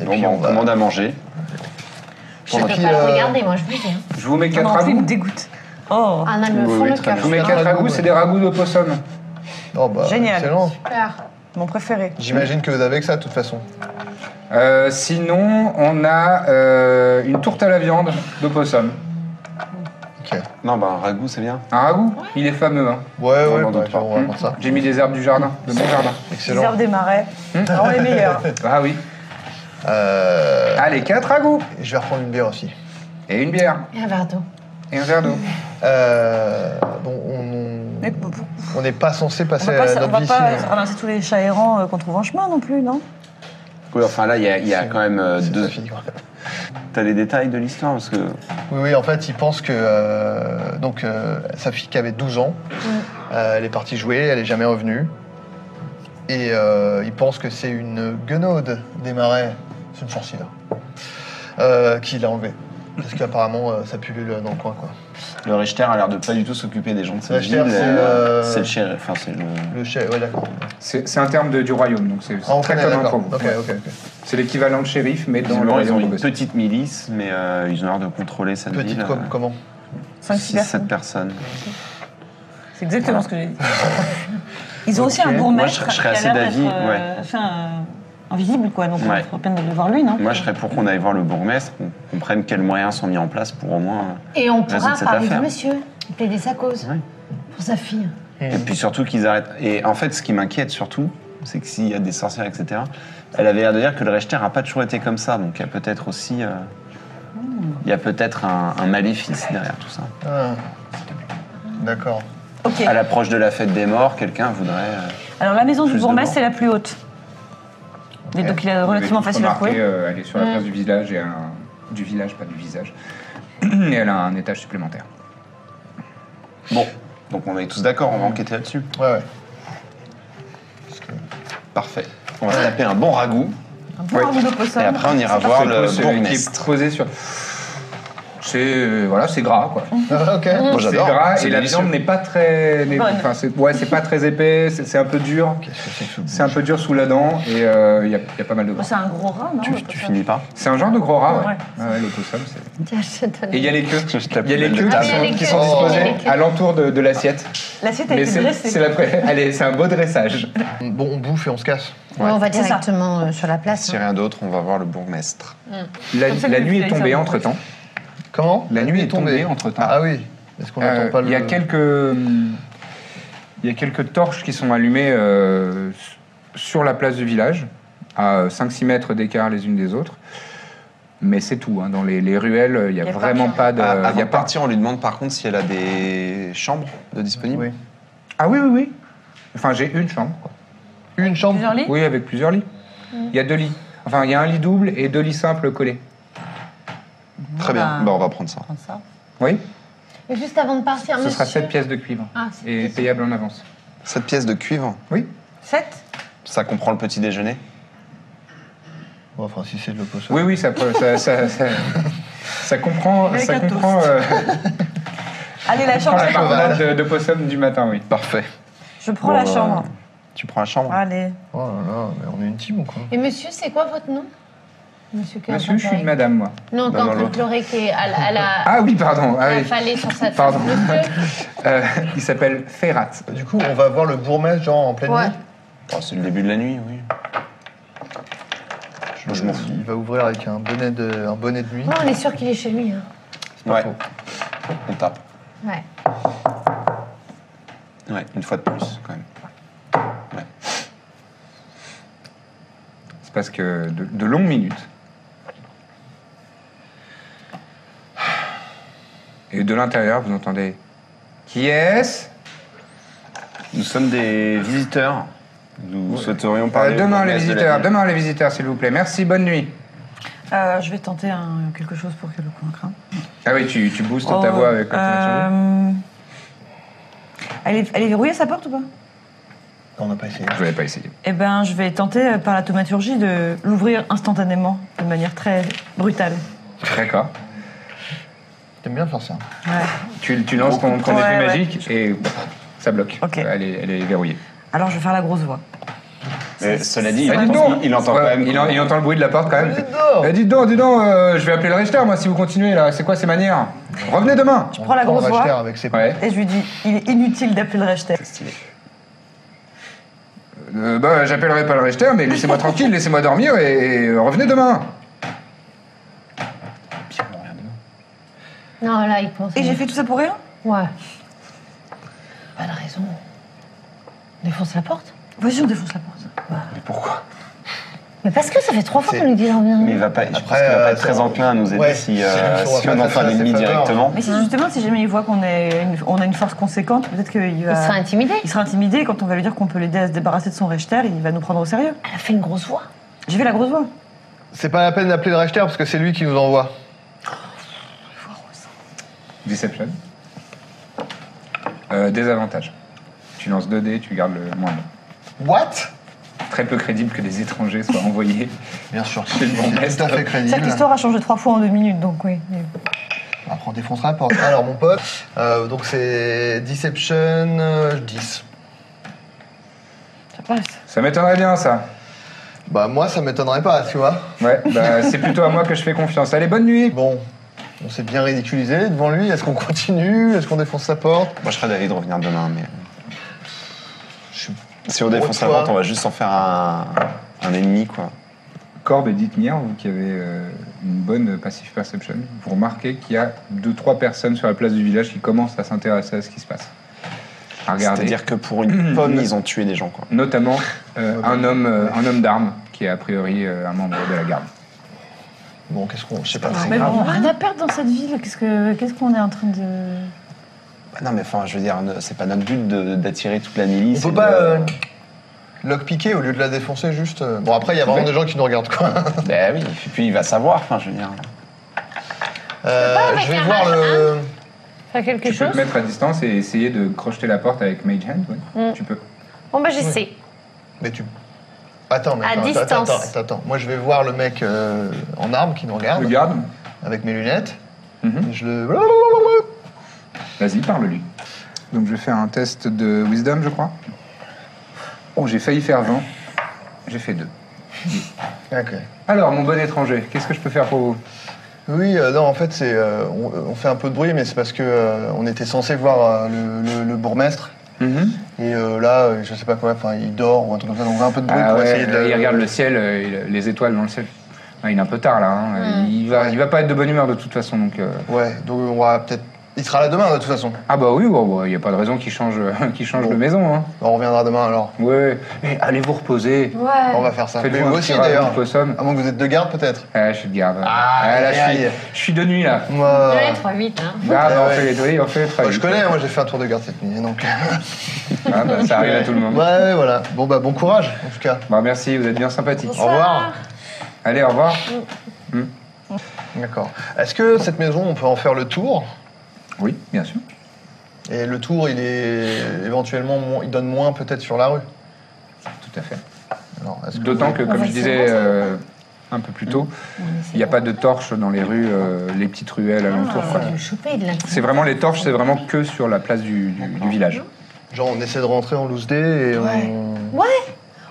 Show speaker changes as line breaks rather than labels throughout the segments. Et
Bon,
puis
bah,
on,
on va-
commande à manger.
Je peux
Et
pas
puis,
Bah,
la
euh,
regarder, moi, je peux
hein.
dire.
Je vous mets
Ah
quatre
Non, tu me
ragouts.
dégoûtes. Oh,
Ah, non,
Oui,
me
oui,
fond le
très
cœur.
bien.
Je vous mets
Ah,
quatre
ragoût,
ragouts,
ouais.
c'est des ragouts de possum.
Oh bah,
Génial.
excellent.
Super.
mon préféré.
J'imagine que vous avez que ça de toute façon.
Euh, sinon, on a euh, une tourte à la viande de possum.
Ok. Ouais,
Non, bah, un ragoût, c'est bien.
Un ragout Il est fameux. hein.
ouais,
Non, non,
bah,
d'autre part.
on va
Hmm.
prendre ça.
J'ai mis des herbes du jardin, de mon jardin.
Les herbes
Excellent.
des marais.
Hmm.
Alors, les meilleurs.
Ah oui.
Euh,
Allez, quatre ragoûts
et je vais reprendre une bière aussi.
Et une bière.
Eh,
Et un verre d'eau.
Et un verre d'eau.
Euh, bon, on-
Mais on va
on n'est pas censé passer
pas,
à
on
notre
va
vie
pas
hein.
ici. hein.
ramasser tous les chats errants euh, qu'on trouve en chemin non plus, non
Oui, enfin, là, il y a, il y a quand même euh,
mais c'est
deux...
pas fini, quoi.
T'as les détails de l'histoire, parce que...
Oui, oui, en fait, il pense que euh, donc euh, sa fille qui avait 12 ans,
Mm.
euh, elle est partie jouer, elle est jamais revenue. Et euh, il pense que c'est une guenaude des marais, c'est une sorcière, euh, qui l'a enlevée. Parce qu'apparemment, euh, ça pullule dans le coin, quoi.
Le Richter a l'air de pas du tout s'occuper des gens de cette
Richter,
ville.
c'est,
euh,
euh,
C'est le shérif, enfin, c'est le...
Le chef, ouais, d'accord.
C'est c'est un terme de- du royaume, donc c'est
Ah, on
c'est très
connaît,
commun
d'accord.
pour
Ok,
vous.
ok, ok.
C'est l'équivalent de shérif, mais dans le
Visiblement, ils ont
royaume de
une
Boston.
petite milice, mais euh, ils ont l'air de contrôler cette ville.
Petite
euh,
com, comment
5
6, 7 personnes.
C'est exactement ce que j'ai dit. Ils ont aussi un
Moi,
bourgmestre
je- je serais
qui a
assez
l'air d'être,
d'avis,
euh, enfin, euh, invisible, quoi. Donc,
Ouais.
on ferait peine de le voir lui, non
Moi, je serais pour qu'on aille voir le bourgmestre, qu'on comprenne quels moyens sont mis en place pour au moins... euh,
Et on
Raison
pourra
de cette
parler
affaire.
du monsieur, plaider sa cause
Ouais.
pour sa fille.
Et puis surtout qu'ils arrêtent. Et en fait, ce qui m'inquiète surtout, c'est que s'il y a des sorcières, etc., elle avait l'air de dire que le Rechter n'a pas toujours été comme ça. Donc il y a peut-être aussi. euh, Il y a peut-être un, un maléfice derrière tout ça.
Ah. D'accord.
Ok.
À l'approche de la fête des morts, quelqu'un voudrait. euh,
Alors, la maison du
Juste
bourgmestre,
devant.
c'est la plus haute. Et donc, il est relativement
Vous avez tous
facile à
remarqué,
trouver. Mm.
euh, elle est sur la place du village et elle a un- du village, pas du visage. Et elle a un étage supplémentaire.
Bon, donc on est tous d'accord, on va enquêter là-dessus.
Ouais, ouais.
Parfait. On va se taper un bon ragoût
Un bon ragoût de poisson.
et après on ira
C'est
voir
C'est
le
posé- qui est
bourgmestre.
posé sur. C'est euh, voilà, c'est gras quoi.
Ah, ok.
Moi
C'est
j'adore. hein,
gras
c'est
et la
délicieux.
viande n'est pas très, n'est-
Bonne.
enfin c'est ouais, c'est pas très épais, c'est c'est un peu dur,
Qu'est-ce que c'est que ce
c'est un peu dur sous la dent et euh, il y, a- il y a pas mal de
pas-
gras.
Oh, C'est un gros rat, non
Tu,
le
tu
poisson
finis pas
C'est un genre de gros rat. Ouais.
Ouais.
Ah ouais, le possum, c'est-
Tiens, je te donne.
Et il y a les queues.
Je tape
Il y a les
le
queues
tas.
qui
Ah, mais
sont,
les
qui
queues,
sont
oh.
disposées
Les queues.
à l'entour de, de l'assiette.
L'assiette a
Mais
été
c'est
dressée.
c'est la pré- Allez, c'est un beau dressage.
Bon, on bouffe et on se casse.
Ouais, on va
C'est ça.
directement euh, sur la place.
Si rien d'autre, on va voir le bourgmestre.
La,
Comme ça,
la
le
nuit est
filet, ça
tombée
va.
entre temps.
Comment
La nuit est tombée entre temps.
Ah oui. Est-ce qu'on n'attend pas le.
Euh, Il y a quelques. hum, Il y a quelques torches qui sont allumées euh, s- sur la place du village, à 5-6 mètres d'écart les unes des autres. Mais c'est tout. hein. Dans les, les ruelles, il n'y a,
Il y a pas
vraiment
de-
pas de.
Ah,
Euh, il y
avant
a
de
pas...
partir, on lui demande par contre si elle a des chambres de disponibles.
Oui.
ah oui, oui, oui. Enfin, j'ai une chambre. quoi.
Une chambre
Plusieurs lits
Oui, avec plusieurs lits. Il y a deux lits. Enfin, il y a un lit double et deux lits simples collés.
Très bien,
Bah,
bah, on va prendre ça.
Prendre ça.
Oui
Mais Juste avant de partir,
Ce
monsieur.
sera 7 pièces de cuivre.
Ah, c'est
et payable en avance.
Cette pièce de cuivre,
Oui
7
ça comprend le petit déjeuner
Bon, Enfin, si c'est de l'opossum.
Oui, oui, ça, peut- ça, ça, ça, ça comprend,
Avec
ça
un toast.
comprend euh,
Allez, la chambre.
la marmelade de, de possum du matin, oui.
Parfait.
Je prends la
Bon, euh,
chambre.
Tu prends la chambre
Allez.
Oh là là, mais on est une team ou quoi
Et monsieur, c'est quoi votre nom Monsieur Cœur.
Monsieur, je suis une madame, moi.
Non,
Dans
quand
l'autre.
Cloré qui est à, la- à la.
Ah oui, pardon. Ah
à la
oui.
fallée sur sa tête.
Pardon.
Monsieur,
Euh, il s'appelle Ferrat.
Du coup, on va voir le bourgmestre, genre en pleine
Ouais.
nuit.
Oh, c'est le début de la nuit, oui. Moi, je m'en fous.
Il va ouvrir avec un bonnet de, un bonnet de nuit.
non, on est sûr qu'il est chez lui. hein.
Ouais,
faux.
on tape.
Ouais.
Ouais, une fois de plus, quand même. Ouais.
C'est parce que de, de longues minutes. Et de l'intérieur, vous entendez Qui est-ce Euh,
Nous sommes des visiteurs. Nous souhaiterions
Euh,
parler. au
Demain les
bourgmestre de la
visiteurs,
ville.
demain les visiteurs, s'il vous plaît. Merci, bonne nuit.
Euh, je vais tenter un- quelque chose pour qu'elle le convaincre. hein.
Ah oui, tu, tu boostes ta
Oh,
voix avec l'intonation.
euh, elle, est, elle est verrouillée sa porte ou pas
Non, on n'a pas essayé.
Je n'avais pas essayé.
Eh ben, je vais tenter euh, par la thaumaturgie de l'ouvrir instantanément, de manière très brutale.
D'accord.
T'aimes bien faire ça.
Ouais.
Tu, tu lances ton, ton
Ouais,
effet
ouais.
magique et ça bloque.
Ok.
Elle, est, elle est verrouillée.
Alors, je vais faire la grosse voix.
Mais Euh, cela dit, il,
Ah, dis
entend,
donc
il entend
Ouais,
quand même.
il, en- il entend le bruit de la porte quand même.
Dis donc.
Eh, dites donc, dites donc, euh, je vais appeler le Richter, moi, si vous continuez là. C'est quoi ces manières Revenez demain
Je prends la grosse
Rachter
voix
avec ses
Ouais.
et je lui dis il est inutile d'appeler le Rechter.
Euh, bah, j'appellerai pas le Richter, mais laissez-moi tranquille, laissez-moi dormir et, et revenez demain.
Non, là, il pense.
Et j'ai fait tout ça pour rien
Ouais. Pas de raison. Défonce la porte.
Vas-y, on défonce la porte.
Mais pourquoi
Mais parce que ça fait trois fois
C'est-
qu'on lui dit de revenir.
Mais il va pas, je pense qu'il
Après,
va pas
euh,
être très enclin à nous aider
ouais,
si,
si
euh,
on va
si
pas
on en
faire
fait
ça,
un
c'est
ennemi
pas grave.
directement.
Mais si justement, si jamais il voit qu'on est une- on a une force conséquente, peut-être qu'il va.
Il sera intimidé.
il sera intimidé quand on va lui dire qu'on peut l'aider à se débarrasser de son Rechter, il va nous prendre au sérieux.
Elle a fait une grosse voix.
J'ai fait la grosse voix.
C'est pas la peine d'appeler le racheteur parce que c'est lui qui nous envoie.
Deception. Euh, désavantage. Tu lances 2 dés, tu gardes le moindre.
What
Très peu crédible que des étrangers soient envoyés.
Bien sûr,
C'est le bon
tout à fait
geste.
Chaque
crédible.
histoire a changé trois fois en deux minutes, donc oui.
Après, on défoncera la porte. hein, Alors, mon pote, euh, donc c'est Deception euh, 10.
Ça passe.
Ça m'étonnerait bien, ça.
Bah, moi, ça m'étonnerait pas, tu vois.
Ouais, bah, c'est plutôt à moi que je fais confiance. Allez, bonne nuit
Bon, on s'est bien ridiculisé devant lui. Est-ce qu'on continue Est-ce qu'on défonce sa porte
Moi, je serais d'avis de revenir demain, mais. euh,
Je suis-
Si on défonce la
Pourquoi
porte, on va juste en faire un, un ennemi, quoi.
Corbe et Dithmir, vous qui avez euh, une bonne passive perception, vous remarquez qu'il y a deux, trois personnes sur la place du village qui commencent à s'intéresser à ce qui se passe. À regarder.
C'est-à-dire que pour une pomme, ils ont tué des gens, quoi.
Notamment euh, un homme, euh, un homme d'armes qui est a priori euh, un membre de la garde.
Bon, qu'est-ce qu'on. Je sais pas, c'est
Mais
grave.
bon, rien à perdre dans cette ville. Qu'est-ce que- qu'est-ce qu'on est en train de.
Bah non, mais enfin, je veux dire, ne- c'est pas notre but de- d'attirer toute la milice.
On peut
et
pas,
de-
euh, Lockpiquer au lieu de la défoncer, juste. euh, Bon, après, il y a vraiment des gens qui nous regardent, quoi.
Bah oui, et puis il va savoir, enfin, je veux dire.
Euh,
pas avec
je vais
un
voir
mage,
le.
Faire quelque
Tu peux
chose.
te mettre à distance et essayer de crocheter la porte avec Mage Hand. ouais.
Mm.
Tu peux.
Bon, bah, j'essaie.
Mais tu. Attends, mais
À
attends, attends,
distance.
attends, attends, attends. Moi, je vais voir le mec euh, en armes qui nous regarde,
Le garde,
avec mes lunettes.
Mhm.
Et Je le.
vas-y, parle-lui. Donc je vais faire un test de Wisdom, je crois. Oh, j'ai failli faire 20. J'ai fait 2.
Ok.
Alors, mon bon étranger, qu'est-ce que je peux faire pour vous
Oui, euh, non, en fait, c'est, euh, on, on fait un peu de bruit, mais c'est parce que euh, on était censé voir euh, le, le- le bourgmestre.
Mhm.
Et euh, là, euh, je sais pas quoi, enfin, il dort ou un truc comme ça, donc on fait un peu de bruit
Ah
pour
ouais,
essayer de.
euh, Il regarde le ciel, euh, il- les étoiles dans le ciel. Ah, il est un peu tard là. hein. Il va, il va pas être de bonne humeur de toute façon. Donc euh,
Ouais, donc on va peut-être. Il sera là demain, de toute façon.
ah bah oui, bon, bon, il y a pas de raison qu'il change, qu'il change
Bon.
de maison. Hein.
On reviendra demain alors.
Ouais. Mais allez vous reposer.
Ouais.
On va faire ça. Mais
Faites-vous
vous
un
aussi
petit ragoût
d'ailleurs.
de possum.
À moins que vous êtes de garde, peut-être.
Ah, je suis de garde.
Ah,
là, je suis,
aïe.
je suis de nuit là.
Moi,
Ouais, 3-8, hein.
Ah, bah, on
ouais.
fait les oui, on fait les
moi, je
traduits.
connais, hein. moi j'ai fait un tour de garde cette nuit, donc.
Ah, bah, ça arrive à tout le monde.
Ouais, ouais, voilà. Bon, bah, bon courage, en tout cas.
Bon, merci, vous êtes bien sympathique.
Au revoir.
Allez, au revoir.
D'accord. Est-ce que cette maison, on peut en faire le tour
Oui, bien sûr.
Et le tour, il est éventuellement, moins- il donne moins peut-être sur la rue.
Tout à fait.
Alors, est-ce que
D'autant
vous-
que, comme je disais euh, un peu plus tôt, il n'y a pas de torches dans les rues, euh, les petites ruelles alentour. quoi.
Ah.
Le choper de la
C'est vraiment les torches, c'est vraiment que sur la place du, du- du village.
Genre, on essaie de rentrer en loose dé et
Ouais.
on.
Ouais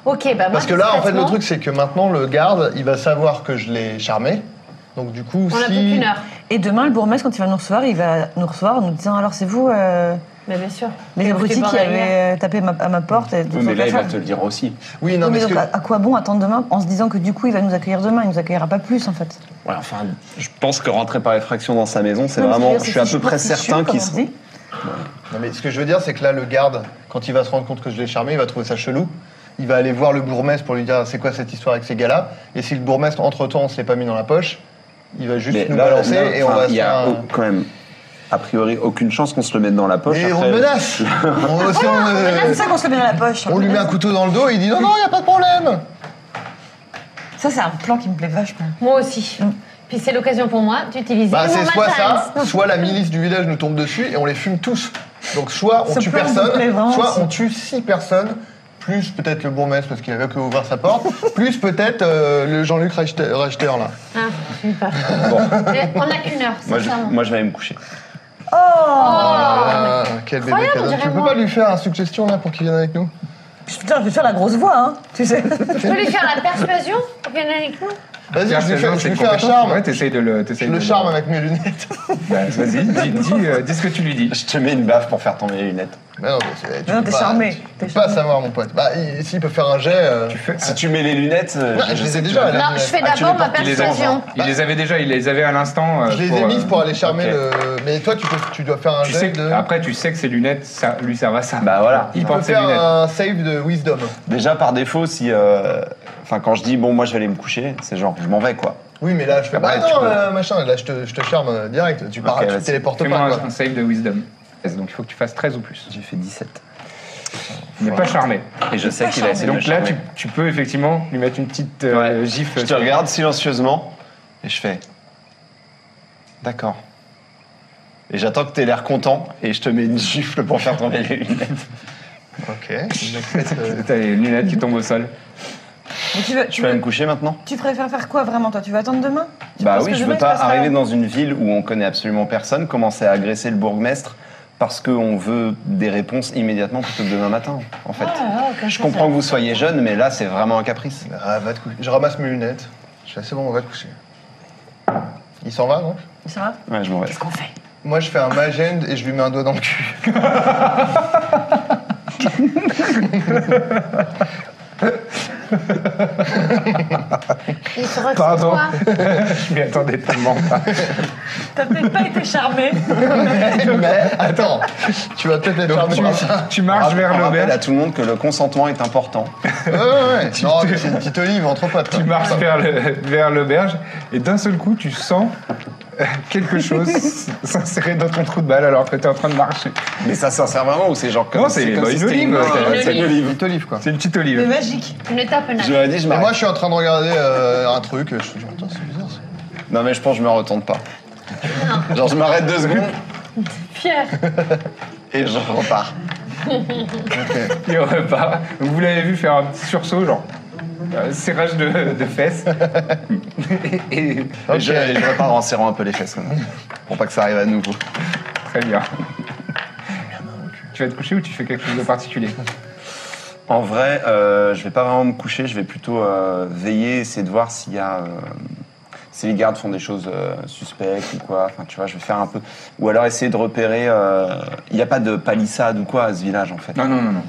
Ok, bah moi,
Parce que là, en fait, le
discrètement,
truc, c'est que maintenant, le garde, il va savoir que je l'ai charmé. Donc, du coup,
On a
si.
plus qu'une heure.
Et demain, le bourgmestre, quand il va nous recevoir, il va nous recevoir en nous disant Alors, c'est vous, euh,
Mais Bah, bien sûr.
les
Et
abrutis
vous
qui
faites barrière.
avaient euh, tapé ma- à ma porte et
Oui, mais là, il va te le dire aussi.
Oui, non,
Oui,
mais
mais
ce
donc,
que-
à, à quoi bon attendre demain en se disant que du coup il va nous accueillir demain, il nous accueillera pas plus en fait.
Ouais, enfin, je pense que rentrer par effraction dans sa maison, c'est
Non, mais
vraiment. Je
c'est-à-dire, c'est
suis à
fichu
peu
pour
près
fichu,
certain
comme
qu'ils
on
sont.
dit.
non, mais ce que je veux dire, c'est que là, le garde, quand il va se rendre compte que je l'ai charmé, il va trouver ça chelou. Il va aller voir le bourgmestre pour lui dire c'est quoi cette histoire avec ces gars-là. Et si le bourgmestre, entre-temps, on se l'est pas mis dans la poche, il va juste
Mais
nous
là,
balancer
là,
et on
enfin,
va se
Il y
faire
a
un-
au- quand même, a priori, aucune chance qu'on se le mette dans la poche.
Et on
après-
le menace on, aussi, on, euh,
Ah, c'est ça qu'on se le met dans la poche.
on lui met un couteau dans le dos et il dit non, non, il n'y a pas de problème
Ça c'est un plan qui me plaît vachement.
Moi aussi. Puis c'est l'occasion pour moi d'utiliser
Bah,
mon
c'est soit ça,
matériel.
soit la milice du village nous tombe dessus et on les fume tous. Donc soit on
Ce
tue
plan me
personne,
plaît vraiment
soit
aussi.
on tue six personnes, plus peut-être le bourgmestre parce qu'il avait que ouvert sa porte, plus peut-être euh, le Jean-Luc Rachter, Rachter, là.
Ah, j'ai eu peur. Mais On a qu'une heure,
Moi je,
sincèrement.
moi, je vais aller me coucher.
Oh,
Ah, quel bébé
incroyable,
cadeau.
on dirait
Tu peux
moi.
pas lui faire une suggestion là pour qu'il vienne avec nous
Putain, je vais faire la grosse voix, hein, tu sais.
Ah.
Je peux lui faire la persuasion pour qu'elle aille avec nous
Vas-y,
Pierre
je lui
Chazot,
fais, je
c'est
lui
une
fais un
compétence.
charme.
Ouais, t'essayes de le.
je
t'essayes
le
de
charme avec mes lunettes.
Bah, Vas-y, dis, dis, euh, dis ce que tu lui dis.
Je te mets une baffe pour faire tomber les lunettes.
Mais non, mais c'est- tu
Non,
peux
t'es
pas-
charmé,
Tu
t'es
peux pas
charmé.
savoir, mon pote. Bah, il- s'il peut faire un jet. euh,
Tu fais-
Si tu mets les lunettes, euh,
Ouais, je les ai
sais que
déjà,
tu vas-
là.
Non, je fais
Ah, tu
d'abord
les
ma
portes, il les a
persuasion.
Il les avait déjà, il les avait à l'instant. euh,
Je les ai mises
euh,
pour aller charmer
ok.
le. Mais toi, tu, peux, tu dois faire un
Tu
jet
sais que-
de.
Après, tu sais que ses lunettes, ça, lui, ça va ça.
Bah voilà.
Il
tu peux
porte ses
faire euh,
lunettes.
un save de wisdom.
Déjà par défaut, si. euh, Enfin, quand je dis bon, moi je vais aller me coucher, c'est genre je m'en vais quoi.
Oui, mais là, je fais.
Après,
bah
tu
non,
peux-
euh, machin, là, je te, je te charme euh, direct. Tu pars,
Ok,
tu te
vas-y.
téléportes
Fais-moi
pas.
un,
quoi.
un save de wisdom. Donc il faut que tu fasses 13 ou plus.
J'ai fait 17.
Il n'est pas charmé.
Et je sais qu'il a essayé de me
Donc là,
charmer.
tu, tu peux effectivement lui mettre une petite euh, gifle.
Je te regarde silencieusement et je fais. D'accord. Et j'attends que t'aies l'air content et je te mets une gifle pour faire tomber les lunettes.
Ok. Donc, faites, euh,
T'as les lunettes qui tombent au sol.
Mais tu, veux- tu
Tu vas aller
veux-
me coucher maintenant
tu préfères faire quoi vraiment toi Tu vas attendre demain Tu
Bah
penses
oui,
que
je
demain,
veux
il
pas
se passera-
arriver dans une ville où on connaît absolument personne, commencer à agresser le bourgmestre parce qu'on veut des réponses immédiatement plutôt que demain matin, en fait. je comprends que vous soyez jeune, mais là, c'est vraiment un caprice.
ah, va te coucher. Je ramasse mes lunettes. Je fais, c'est bon, on va te coucher. Il s'en va, non
Ça va
Ouais, je m'en vais.
qu'on fait
Moi, je fais un magend et je lui mets un doigt dans le cul.
Il se retrouve
Pardon.
quoi
Je m'y attendais tellement pas.
T'as peut-être pas été charmé.
mais attends, tu vas peut-être être charmé
tu,
par ça.
tu marches vers
On Ah, rappelle à
l'auberge.
tout le monde que le consentement est important.
Ouais, ouais, ouais. Non, mais c'est une petite olive entre potes.
Tu marches vers le- vers l'auberge et d'un seul coup, tu sens euh, quelque chose s- s'insérer dans ton trou de balle alors que t'es en train de marcher.
Mais ça s'insère vraiment ou c'est genre comme
Non, c'est
comme
bah, une
c'était
olive.
main,
C'est
euh,
une
c'est une
olive.
olive.
Petite olive, quoi.
C'est une petite
Mais
olive.
magique.
Une étape
Je
nage.
l'aurais dit, je
Et
m'arrête.
moi, je suis en train de regarder euh, un truc. Je suis genre, Attends, c'est bizarre ça.
Non mais je pense que je me retourne pas. Genre je m'arrête deux secondes
Pierre,
et je repars.
Il repart. Donc, Vous l'avez vu faire un petit sursaut, genre euh, serrage de, de fesses. et, et-
Et je, et je repars en serrant un peu les fesses quand même, pour pas que ça arrive à nouveau.
très bien. Tu vas te coucher ou tu fais quelque chose de particulier
En vrai, euh, je vais pas vraiment me coucher, je vais plutôt euh, veiller, essayer de voir s'il y a... euh, si les gardes font des choses euh, suspectes ou quoi, enfin tu vois, je vais faire un peu... Ou alors essayer de repérer... euh, Il n'y a pas de palissade ou quoi à ce village en fait.
Non, non, non, non.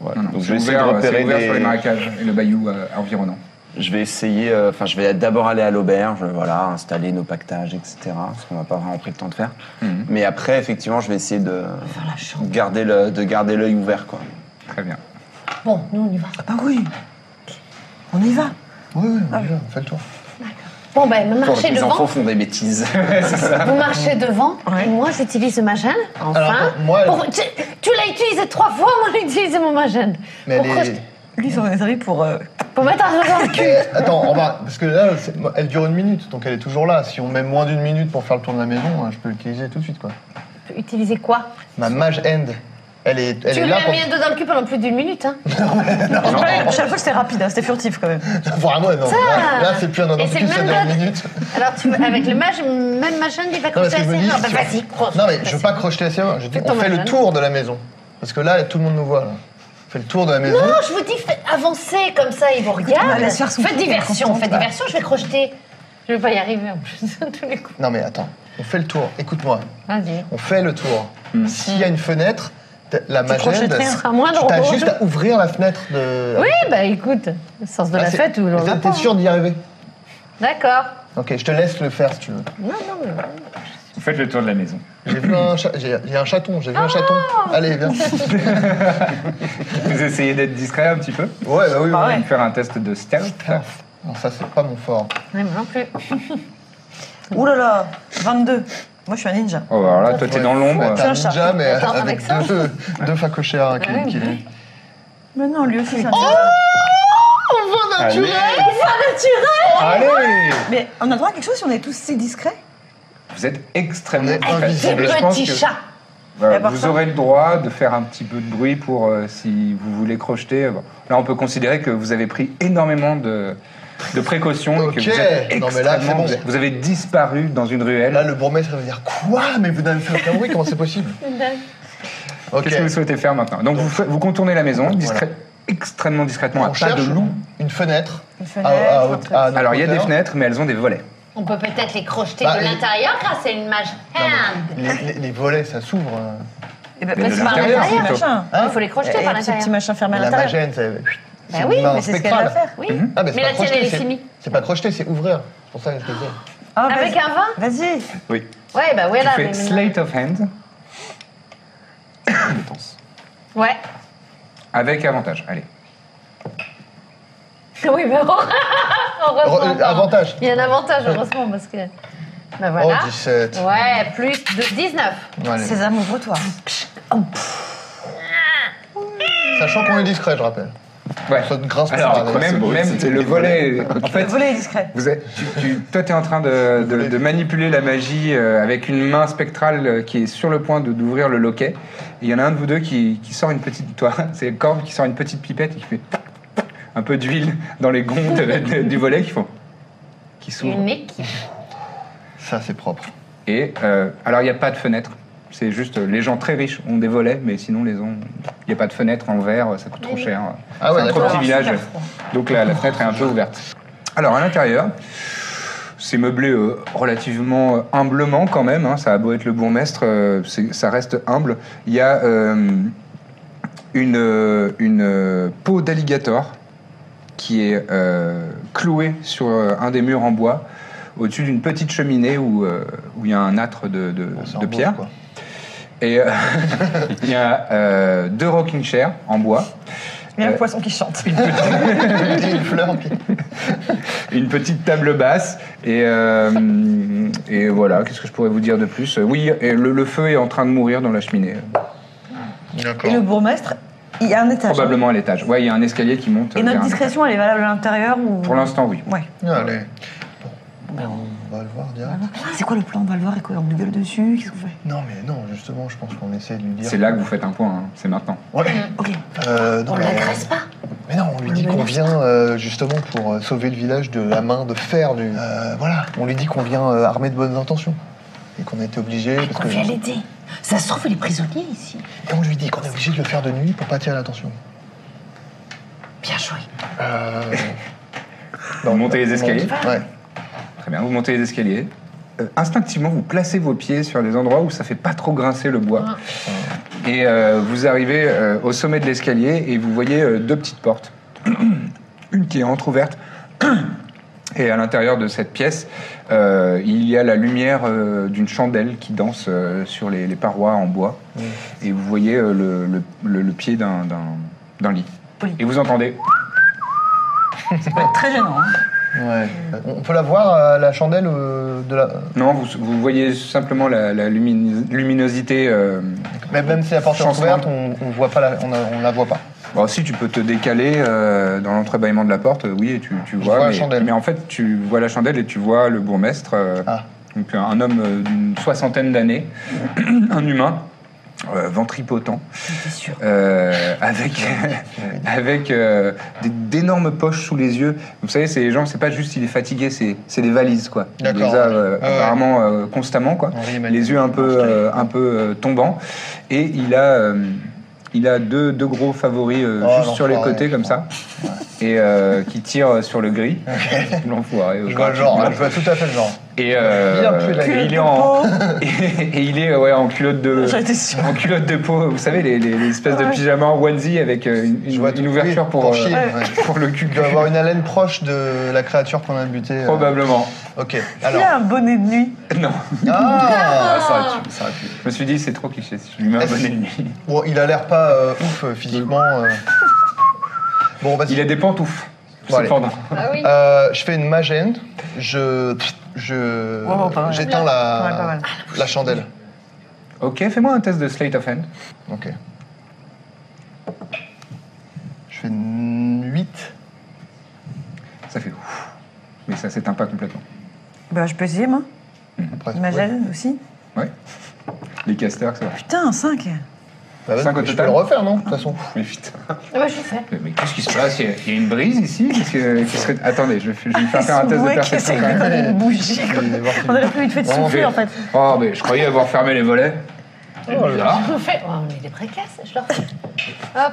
Ouais.
Non, non,
Donc je
c'est
vais essayer de
ouvert, c'est
repérer
ouvert sur les
des-
marécages et le bayou euh, environnant.
Je vais essayer, euh, enfin, je vais d'abord aller à l'auberge, euh, voilà, installer nos pactages, etc. Ce qu'on n'a pas vraiment pris le temps de faire.
Mhm.
Mais après, effectivement, je vais essayer de garder le, de garder l'œil ouvert, quoi.
Très bien.
bon, nous on y va.
Ah bah oui. On y va.
Oui, oui, déjà, fais le tour.
Bon, ben, vous
Quand
marchez
les
devant.
enfants font des bêtises.
Vous marchez devant.
Ouais.
Et moi, j'utilise ma gêne. Enfin.
Alors, pour moi, elle-
Pour- Tu, tu l'as utilisé trois fois, moi, j'ai utilisé mon ma gêne.
Mais
pour,
elle est-
Lui, ça m'en est servi pour. euh,
pour mettre un regard dans le cul.
Eh, attends, on va- parce que là, c'est- elle dure une minute, donc elle est toujours là. Si on met moins d'une minute pour faire le tour de la maison, hein, je peux l'utiliser tout de suite, quoi.
Utiliser quoi
Ma mage end, elle est, elle
Tu
est
lui
là
as
pour.
mis un doigt dans le cul pendant plus d'une minute. Hein.
Ah
Je savais pas que c'était rapide, hein, c'était furtif quand même.
Vraiment, non. Là, là, c'est plus un an
Et
dans
c'est
ça
même
dure une
pas-
minute.
Alors, tu, avec le mage, même ma gêne, il va
Non, parce
crocheter
que je me dis.
assez.
tu vois-
bah, vas-y, croche.
Non, mais je veux
vas-y.
pas crocheter la serrure. hein. Je dis,
Fais ton
on fait le
machin.
tour de la maison. Parce que là, tout le monde nous voit, là. Fais le tour de la maison.
Non, je vous dis, faites avancer comme ça, ils vous
on va
regardent.
la faire son
Faites
truc,
diversion,
contente,
faites
là.
diversion, je vais crocheter. Je vais pas y arriver en plus, tous les coups.
Non, mais attends, on fait le tour. Écoute-moi,
Vas-y.
on fait le tour.
Hmm.
S'il y a une fenêtre, t- la
crochettes,
magène,
rien.
Ce sera moins
tu
drôle.
as juste à ouvrir la fenêtre de.
Oui, bah écoute, le sens de
Là,
la
Ah, c'est-
fête ou
Mais là,
l'envoi.
T'es sûr d'y arriver
D'accord.
Ok, je te laisse le faire si tu veux.
Non, non, mais.
Vous faites le tour de la maison.
J'ai vu un, cha- j'ai, j'ai un chaton, j'ai vu un chaton. Allez, viens.
Vous essayez d'être discret un petit peu
Ouais, bah oui,
Ah
oui.
ouais.
Faire un test de stealth.
Non, ça, c'est pas mon fort.
Ouais, moi non plus.
Ouh là là, 22. Moi, je suis un ninja.
Oh, alors là, toi, t'es dans l'ombre.
Ouais, Bah, t'as un
Tiens,
ninja, mais
Attends,
avec,
avec ça.
deux, deux facochères qui,
Ouais,
qui-
ouais.
Mais non, lui aussi, c'est un
Allez,
Allez
Mais on a le droit à quelque chose si on est tous si discrets
Vous êtes extrêmement
On est
discret.
invisible.
Des
Je pense
petits
que-
chats.
Voilà,
Et à part
vous
ça
aurez le droit de faire un petit peu de bruit pour euh, si vous voulez crocheter. Bon, Là, on peut considérer que vous avez pris énormément de, de précautions et que
Ok.
vous êtes
Non, mais là, c'est
extrêmement-
bon.
Vous avez disparu dans une ruelle.
Là, le bourgmestre va dire Quoi Mais vous n'avez fait aucun bruit, comment c'est possible Ok.
Qu'est-ce que vous souhaitez faire maintenant Donc, vous, fa- vous contournez la maison discrè- extrêmement discrètement, à
On
pas
cherche
de loup.
une fenêtre.
Ah,
Ah,
Une
à-
fenêtre,
à-
un
à-
truc.
à notre
Alors, il y a des
hauteur.
fenêtres, mais elles ont des volets.
On peut peut-être les crocheter
Bah,
de
les-
l'intérieur grâce à une mage Hein
Non,
hand.
mais les, les- les volets, ça s'ouvre. euh.
Eh ben,
Mais
parce
de
que par
l'intérieur,
l'intérieur,
plutôt.
machin.
Hein
Il faut les crocheter
Et
par
ce petit
l'intérieur.
machin fermé à
La
l'intérieur.
magène, c'est.
Bah oui,
une main
mais c'est ce qu'elle va
spectrale.
faire.
Oui.
Mhm.
Ah, mais c'est pas
la tienne,
crocheter,
elle est
c'est-
finie.
C'est pas crocheter, c'est ouvrir. C'est pour ça que je te dis.
Ah,
Avec
vas-y.
un vin
Vas-y.
Oui.
Ouais, bah
Tu
voilà.
fais
mais-
Slate of Hand
Ouais.
avec avantage. Allez.
Oui, bah heureusement.
Re- euh,
encore.
avantage.
Il y a un avantage, heureusement, parce que. Bah voilà.
Oh, 17.
Ouais, plus de 19.
Bon, allez.
Ces amoureux, toi.
Sachant qu'on est discret, je rappelle.
Ouais.
Ça te grince pas
Alors,
par la-
même,
c'est-
même
c'était
le
des
volet. En
Le
fait,
volet est discret.
Vous êtes- tu, tu- toi, tu es en train de, de- de manipuler la magie euh, avec une main spectrale euh, qui est sur le point de- d'ouvrir le loquet. Et il y en a un de vous deux qui, qui sort une petite. Toi, c'est Corbe qui sort une petite pipette et qui fait un peu d'huile dans les gonds de- de- du volet qui font. qui s'ouvrent.
Une équipe.
Ça, c'est propre.
Et euh, alors, il n'y a pas de fenêtre. C'est juste euh, les gens très riches ont des volets, mais sinon, les ont. Il n'y a pas de fenêtre en verre, ça coûte trop cher.
Ah ouais,
c'est un trop
d'accord.
petit village.
Super Oh, froid.
Donc la, la fenêtre est un peu ouverte. Alors à l'intérieur, c'est meublé euh, relativement euh, humblement quand même. hein. ça a beau être le bourgmestre, euh, c'est- ça reste humble. Il y a euh, une, euh, une euh, peau d'alligator qui est euh, clouée sur euh, un des murs en bois au-dessus d'une petite cheminée où euh, où il y a un âtre de, de-
C'est en
de
bois,
pierre.
quoi.
Et euh, il y a euh, deux rocking chairs en bois.
Il y a
Euh,
un poisson qui chante.
Et une fleur. qui-
une petite table basse et, euh, et voilà qu'est-ce que je pourrais vous dire de plus oui et le, le feu est en train de mourir dans la cheminée
Et le
D'accord.
bourgmestre, il y a un étage. hein.
probablement à l'étage ouais il y a un escalier qui monte
Et
vers
notre
un
discrétion, elle est valable à l'intérieur ou...
étage. pour l'instant oui
Ouais.
Allez.
Ben,
Bon, on va le voir direct.
C'est quoi le plan On va le voir et quoi On lui gueule dessus Qu'est-ce qu'on fait
Non, mais non, justement, je pense qu'on essaie de lui dire.
c'est là que vous faites un point hein. c'est maintenant
Ouais.
Ok.
Euh, non,
Mm. On
mais-
l'agresse pas.
Mais non, on lui dit qu'on vient euh, justement pour euh, sauver le village de la main de fer du. Euh, voilà, on lui dit qu'on vient euh, armé de bonnes intentions. Et qu'on a été obligé. parce
Qu'on
que-
vient l'aider. Ça se trouve, il est prisonnier ici.
Et on lui dit qu'on est obligé de le faire de nuit pour pas attirer l'attention.
Bien joué.
Euh.
vous montez les escaliers
Ouais.
très bien vous montez les escaliers Euh, instinctivement vous placez vos pieds sur des endroits où ça fait pas trop grincer le bois et euh, vous arrivez euh, au sommet de l'escalier et vous voyez euh, deux petites portes une qui est entr'ouverte. Et à l'intérieur de cette pièce, euh, il y a la lumière euh, d'une chandelle qui danse euh, sur les, les parois en bois. Et vous voyez euh, le, le- le- le pied d'un- d'un d'un lit.
Oui.
Et vous entendez.
Ça peut être très gênant. hein.
Ouais. On peut la voir, euh, la chandelle euh, de la.
Non, vous, vous voyez simplement la, la lumine- luminosité. euh.
Mais même si la porte est
Chancelant.
ouverte, on, on voit pas la, on, a- on la voit pas.
Bon, si tu peux te décaler euh, dans l'entrebâillement de la porte, euh, oui, et tu, tu vois.
vois la
mais,
chandelle.
mais en fait, tu vois la chandelle et tu vois le bourgmestre. euh,
Ah.
Donc un- un homme euh, d'une soixantaine d'années, un humain, euh, ventripotent, euh, avec, avec euh, des- d'énormes poches sous les yeux. Vous savez, c'est les gens, c'est pas juste il est fatigué, c'est c'est des valises quoi. Il les
D'accord,
a
ouais.
euh,
Ah ouais.
apparemment euh, constamment quoi.
Henri Emmanuel.
Les yeux un peu, euh, un peu euh, tombants et il a euh, Il a deux, deux gros favoris euh,
Oh,
juste sur les
l'enfoiré,
côtés,
je
comme ça. Et euh, qui tirent sur le gris. L'enfoiré. au
Je vois le genre, hein, je vois tout à fait le genre.
Et, euh,
Bien plus la
et
gueule.
il est en, et, et il est euh, ouais, en culotte de
J'en étais sûre.
en culotte de peau, vous savez les, les- les espèces de
Ouais.
pyjama en onesie avec euh, une,
Je vois
une
tout-
ouverture
oui,
pour
pour
euh,
chier, ouais.
pour le cul.
Il doit avoir une haleine proche de la créature qu'on a butée. euh.
Probablement.
Ok,
Il a
alors.
un bonnet de nuit.
Non.
Ah
Ah, ça aurait pu, ça aurait pu. Je me suis dit c'est trop cliché si je lui mets un
Est-ce-
bon ennemi.
Bon, il a l'air pas euh, ouf euh, physiquement. euh. Bon, vas-y.
Il a des pantoufles.
Bon, allez.
cependant.
Ah oui.
Euh, je fais une magène. Je. je
Wow, Oh, pas mal.
Ah.
J'éteins
Pas mal, pas
la,
mal.
la chandelle.
Ok, fais-moi un test de slate of hand.
Ok. Je fais 8.
Ça fait ouf. Mais ça s'éteint pas complètement.
Bah, je peux essayer, moi. Ma gêne aussi.
Ouais. Les casters, ça va.
Putain, un 5.
Bah,
Cinq au
vas-y, je peux
total.
le refaire, non De toute façon.
Mais putain.
Ah bah, je le fais.
Mais qu'est-ce qui se passe Il y a- il y a une brise ici Qu'est-ce que- qu'est-ce que- Attendez, je vais, je vais lui faire faire un test de perception quand même.
une bougie. quoi. On aurait plus vite fait de
Vraiment
souffler,
fait.
en fait.
Oh, mais je croyais avoir fermé les volets. C'est bizarre.
Je le fais. Oh, on est des précaces, je le refais. Hop.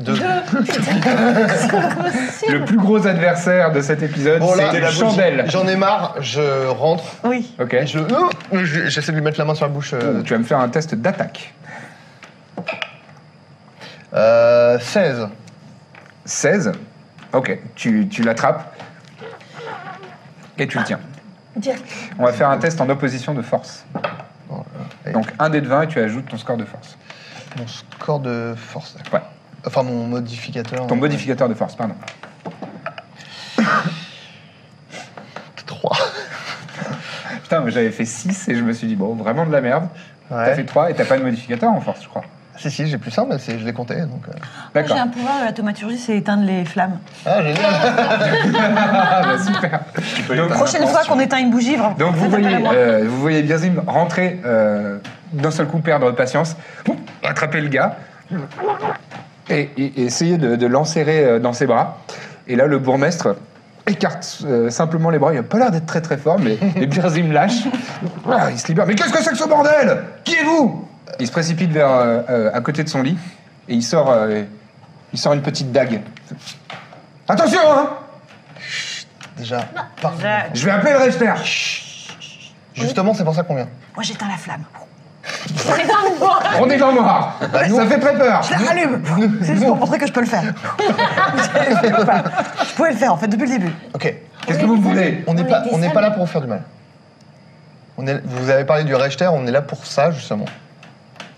Deux.
Deux. Putain, c'est pas possible.
Le plus gros adversaire de cet épisode,
Bon, Oh là,
Oh c'était la
je-
chandelle.
J'en ai marre, je rentre.
Oui.
Ok.
Et je. Oh Je- J'essaie de lui mettre la main sur la bouche. euh,
Tu vas me faire un test d'attaque.
euh, 16.
16. Ok, tu, tu l'attrapes. Et tu le tiens.
Direct.
On va faire un test en opposition de force.
Bon, euh, et
Donc un dé de 20 et tu ajoutes ton score de force.
Mon score de force. d'accord.
Ouais.
Enfin, mon modificateur. euh,
Ton modificateur de force, pardon.
3.
Putain, mais j'avais fait 6 et je me suis dit, bon, vraiment de la merde. T'as
Ouais.
fait 3 et t'as pas de modificateur en force, je crois.
Si, si, j'ai plus ça, mais c'est- je l'ai compté. Donc, euh.
Moi, J'ai
D'accord.
un pouvoir, la tomaturgie, c'est éteindre les flammes.
Ah, génial
Ah, bah, super. Donc,
Prochaine fois qu'on éteint une bougie, vraiment.
donc vous
faites appel à
voyez,
moi.
euh, vous voyez Birzim rentrer, euh, d'un seul coup perdre patience, Ouh, attraper le gars et, et- et essayer de, de l'enserrer euh, dans ses bras. Et là, le bourgmestre écarte euh, simplement les bras. Il a pas l'air d'être très très fort, mais, mais Birzim lâche. Ah, il se libère. Mais qu'est-ce que c'est que ce bordel Qui êtes-vous Il se précipite vers euh, euh, à côté de son lit et il sort, euh, il sort une petite dague. Attention, hein
Déjà, pardon.
Déjà-
Je vais appeler le Rechter.
Justement, c'est pour ça qu'on vient.
Moi, j'éteins la flamme.
On est dans le bois.
On est dans le noir. Ça fait très peur.
Je la rallume. C'est juste pour montrer que je peux le faire. je, peux pas. Je pouvais le faire, en fait, depuis le début.
Ok,
Qu'est-ce que vous voulez
on n'est
On
pas,
était
on n'est
seuls.
pas là pour vous faire du mal. On est, vous avez parlé du Rechter, on est là pour ça, justement.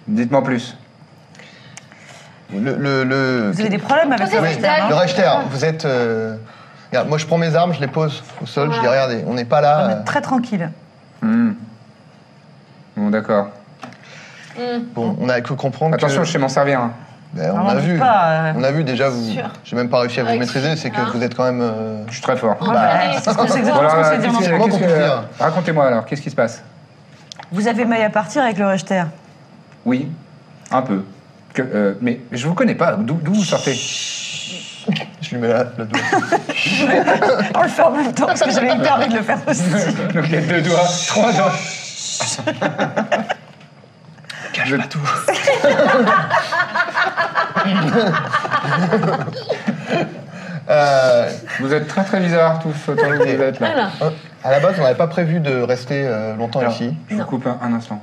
Dites-moi plus.
Le, le, le,
Vous avez des problèmes avec
Posez
le
vos
Oui,
reste, hein
dagues.
le Rechter, vous êtes... euh, regarde, moi, je prends mes armes, je les pose au sol, je dis, regardez, on n'est pas
On
là...
est
euh,
très tranquille.
Hmm. Bon, d'accord.
Bon, on a que comprendre
Attention,
que...
je sais m'en servir. hein.
Ben, on
Alors,
a
dites
vu.
pas, euh,
On a vu déjà, vous.
sûr.
J'ai même pas réussi à vous
Avec-
maîtriser, c'est que
Hein.
vous êtes quand même. euh,
Je suis très fort.
Ah,
Bah,
allez,
c'est ce qu'on sait exactement
Voilà,
ce qu'on s'est dit
qu'est-ce
en
que-
entrée.
qu'est-ce
Comment qu'on
que-
peut dire
Racontez-moi alors, qu'est-ce qui se passe
Vous avez maille à partir avec le Rechter.
Oui, un peu. Que- euh, mais je vous connais pas. D'où d'où vous sortez
Je lui mets la, le doigt.
On le fait en même temps parce que j'avais hyper envie de le faire aussi.
Donc il y a deux doigts, trois doigts. Je tout.
Euh,
Vous êtes très très bizarres tous autant que vous êtes là.
Voilà.
hein, à la base, on n'avait pas prévu de rester euh, longtemps
Alors,
ici.
je vous
Non.
coupe un- un instant.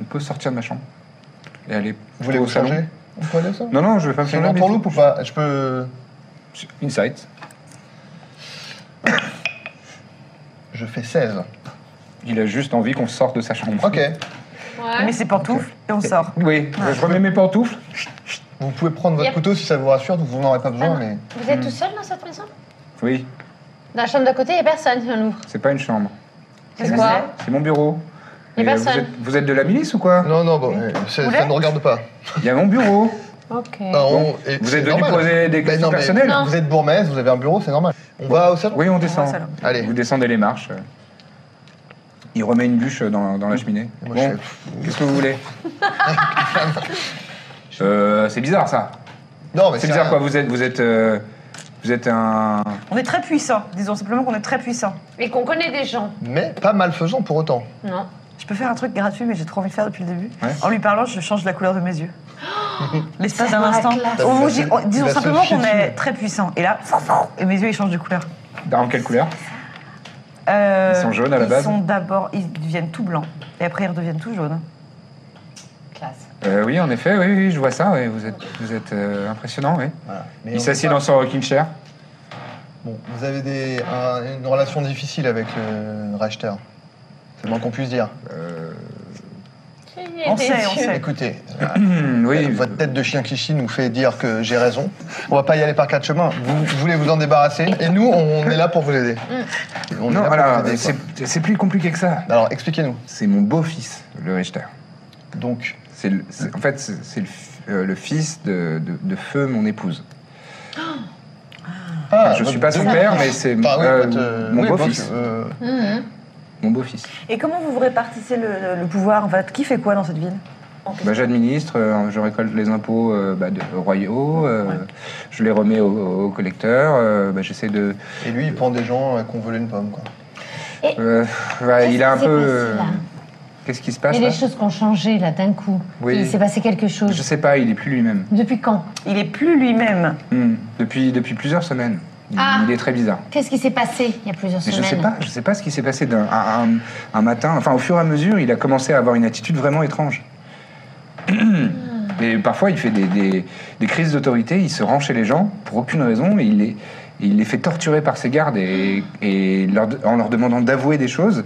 On peut sortir de ma chambre et aller
Vous voulez vous
salon.
changer On peut aller ça
Non, non, je vais pas me
C'est
changer.
une
mais-
entourloupe ou pas Je peux.
Insight.
Je fais 16.
Il a juste envie qu'on sorte de sa chambre.
Ok.
On met
Ouais.
ses pantoufles et on sort.
Oui, je remets mes pantoufles.
Vous pouvez prendre votre
Yep.
couteau si ça vous rassure, vous n'en aurez pas
Ah.
besoin, mais.
Vous êtes tout seul dans cette maison
Oui,
Dans la chambre d'à côté, il n'y a personne, on ouvre.
c'est pas une chambre.
C'est quoi
C'est mon bureau.
Il y a
Mais vous,
personne.
êtes, vous êtes de la milice ou quoi
Non, non, bon, euh, c'est- ça
Oulais
ne regarde pas.
Il y a mon bureau.
Ok.
Bah, on-
Bon,
et
vous
c'est
êtes venu
normal. Ben
poser des questions
mais
personnelles
Non.
Vous êtes bourgmestre, vous avez un bureau, c'est normal. On va au salon
Oui, on
au
descend.
salon.
Allez.
Vous descendez les marches. Il remet une bûche dans, dans la cheminée.
Et Mmh. moi,
bon,
je fais-
qu'est-ce que vous voulez Euh, C'est bizarre ça.
Bah, Non, mais
C'est bizarre
rien.
quoi. Vous êtes, vous êtes, euh, vous êtes un.
On est très puissant. Disons simplement qu'on est très puissant.
Et qu'on connaît des gens.
Mais pas malfaisant pour autant.
Non.
Je peux faire un truc gratuit, mais j'ai trop envie de le faire depuis le début.
Ouais.
En lui parlant, je change la couleur de mes yeux. L'espace d'un instant.
classe.
Au moment où
Il va
j'ai-
se-
oh, disons
il va se
simplement qu'on
fier
est
dessus.
très puissant. Et là, et mes yeux, ils changent de couleur.
En quelle couleur
Euh,
Ils sont jaunes à la
Ils
base
sont d'abord, ils deviennent tout blancs. Et après, ils redeviennent tout jaunes.
Classe.
Euh, Oui, en effet. Oui, oui, je vois ça. oui, vous êtes, vous êtes euh, impressionnant. Oui.
Voilà. Mais
Il
on-
s'assied dans son rocking chair.
Bon, vous avez des, un- une relation difficile avec le racheteur. C'est le moins qu'on puisse dire.
Euh,
On sait, on sait.
Écoutez,
Hmm, oui.
Euh, votre tête de chien Clichy nous fait dire que j'ai raison. On va pas y aller par quatre chemins. Vous, vous voulez vous en débarrasser et nous, on est là pour vous aider. On est
Non,
là pour
voilà,
vous aider, quoi.
c'est c'est plus compliqué que ça.
Alors, expliquez-nous.
C'est mon beau-fils, le Richter.
Donc,
C'est le- c'est- en fait, c'est c'est le, fi- euh, le fils de, de- de feu mon épouse.
ah,
je
votre
suis pas son
demi-
père, mais c'est
Enfin, oui,
euh,
votre, euh,
mon
oui, euh, votre,
beau-fils.
euh,
Mmh.
Mon beau-fils.
Et comment vous vous répartissez le, le- le pouvoir En fait, qui fait quoi dans cette ville
Bah, J'administre, euh, je récolte les impôts euh, bah, de- royaux, euh, je les remets aux au collecteurs, euh, bah, j'essaie de...
et lui, il prend des gens euh, qui ont volé une pomme. Quoi.
euh, ouais,
Qu'est-ce
il a un
qui s'est
peu...
passé,
euh,
là
Qu'est-ce qui se
Il
passe
y a
là
des choses qui ont changé là d'un coup.
Oui.
Il s'est passé quelque chose.
Je sais pas, il est plus lui-même.
Depuis quand
Il est plus lui-même.
Hmm, Depuis, depuis plusieurs semaines. Il-
Ah.
il est très bizarre.
Qu'est-ce qui s'est passé il y a plusieurs
Mais je
semaines
sais pas, je sais pas ce qui s'est passé d'un à un, un matin. Enfin, au fur et à mesure, il a commencé à avoir une attitude vraiment étrange.
Hmm.
Et parfois, il fait des, des- des crises d'autorité, il se rend chez les gens pour aucune raison, et il les, et il les fait torturer par ses gardes et, et leur- en leur demandant d'avouer des choses.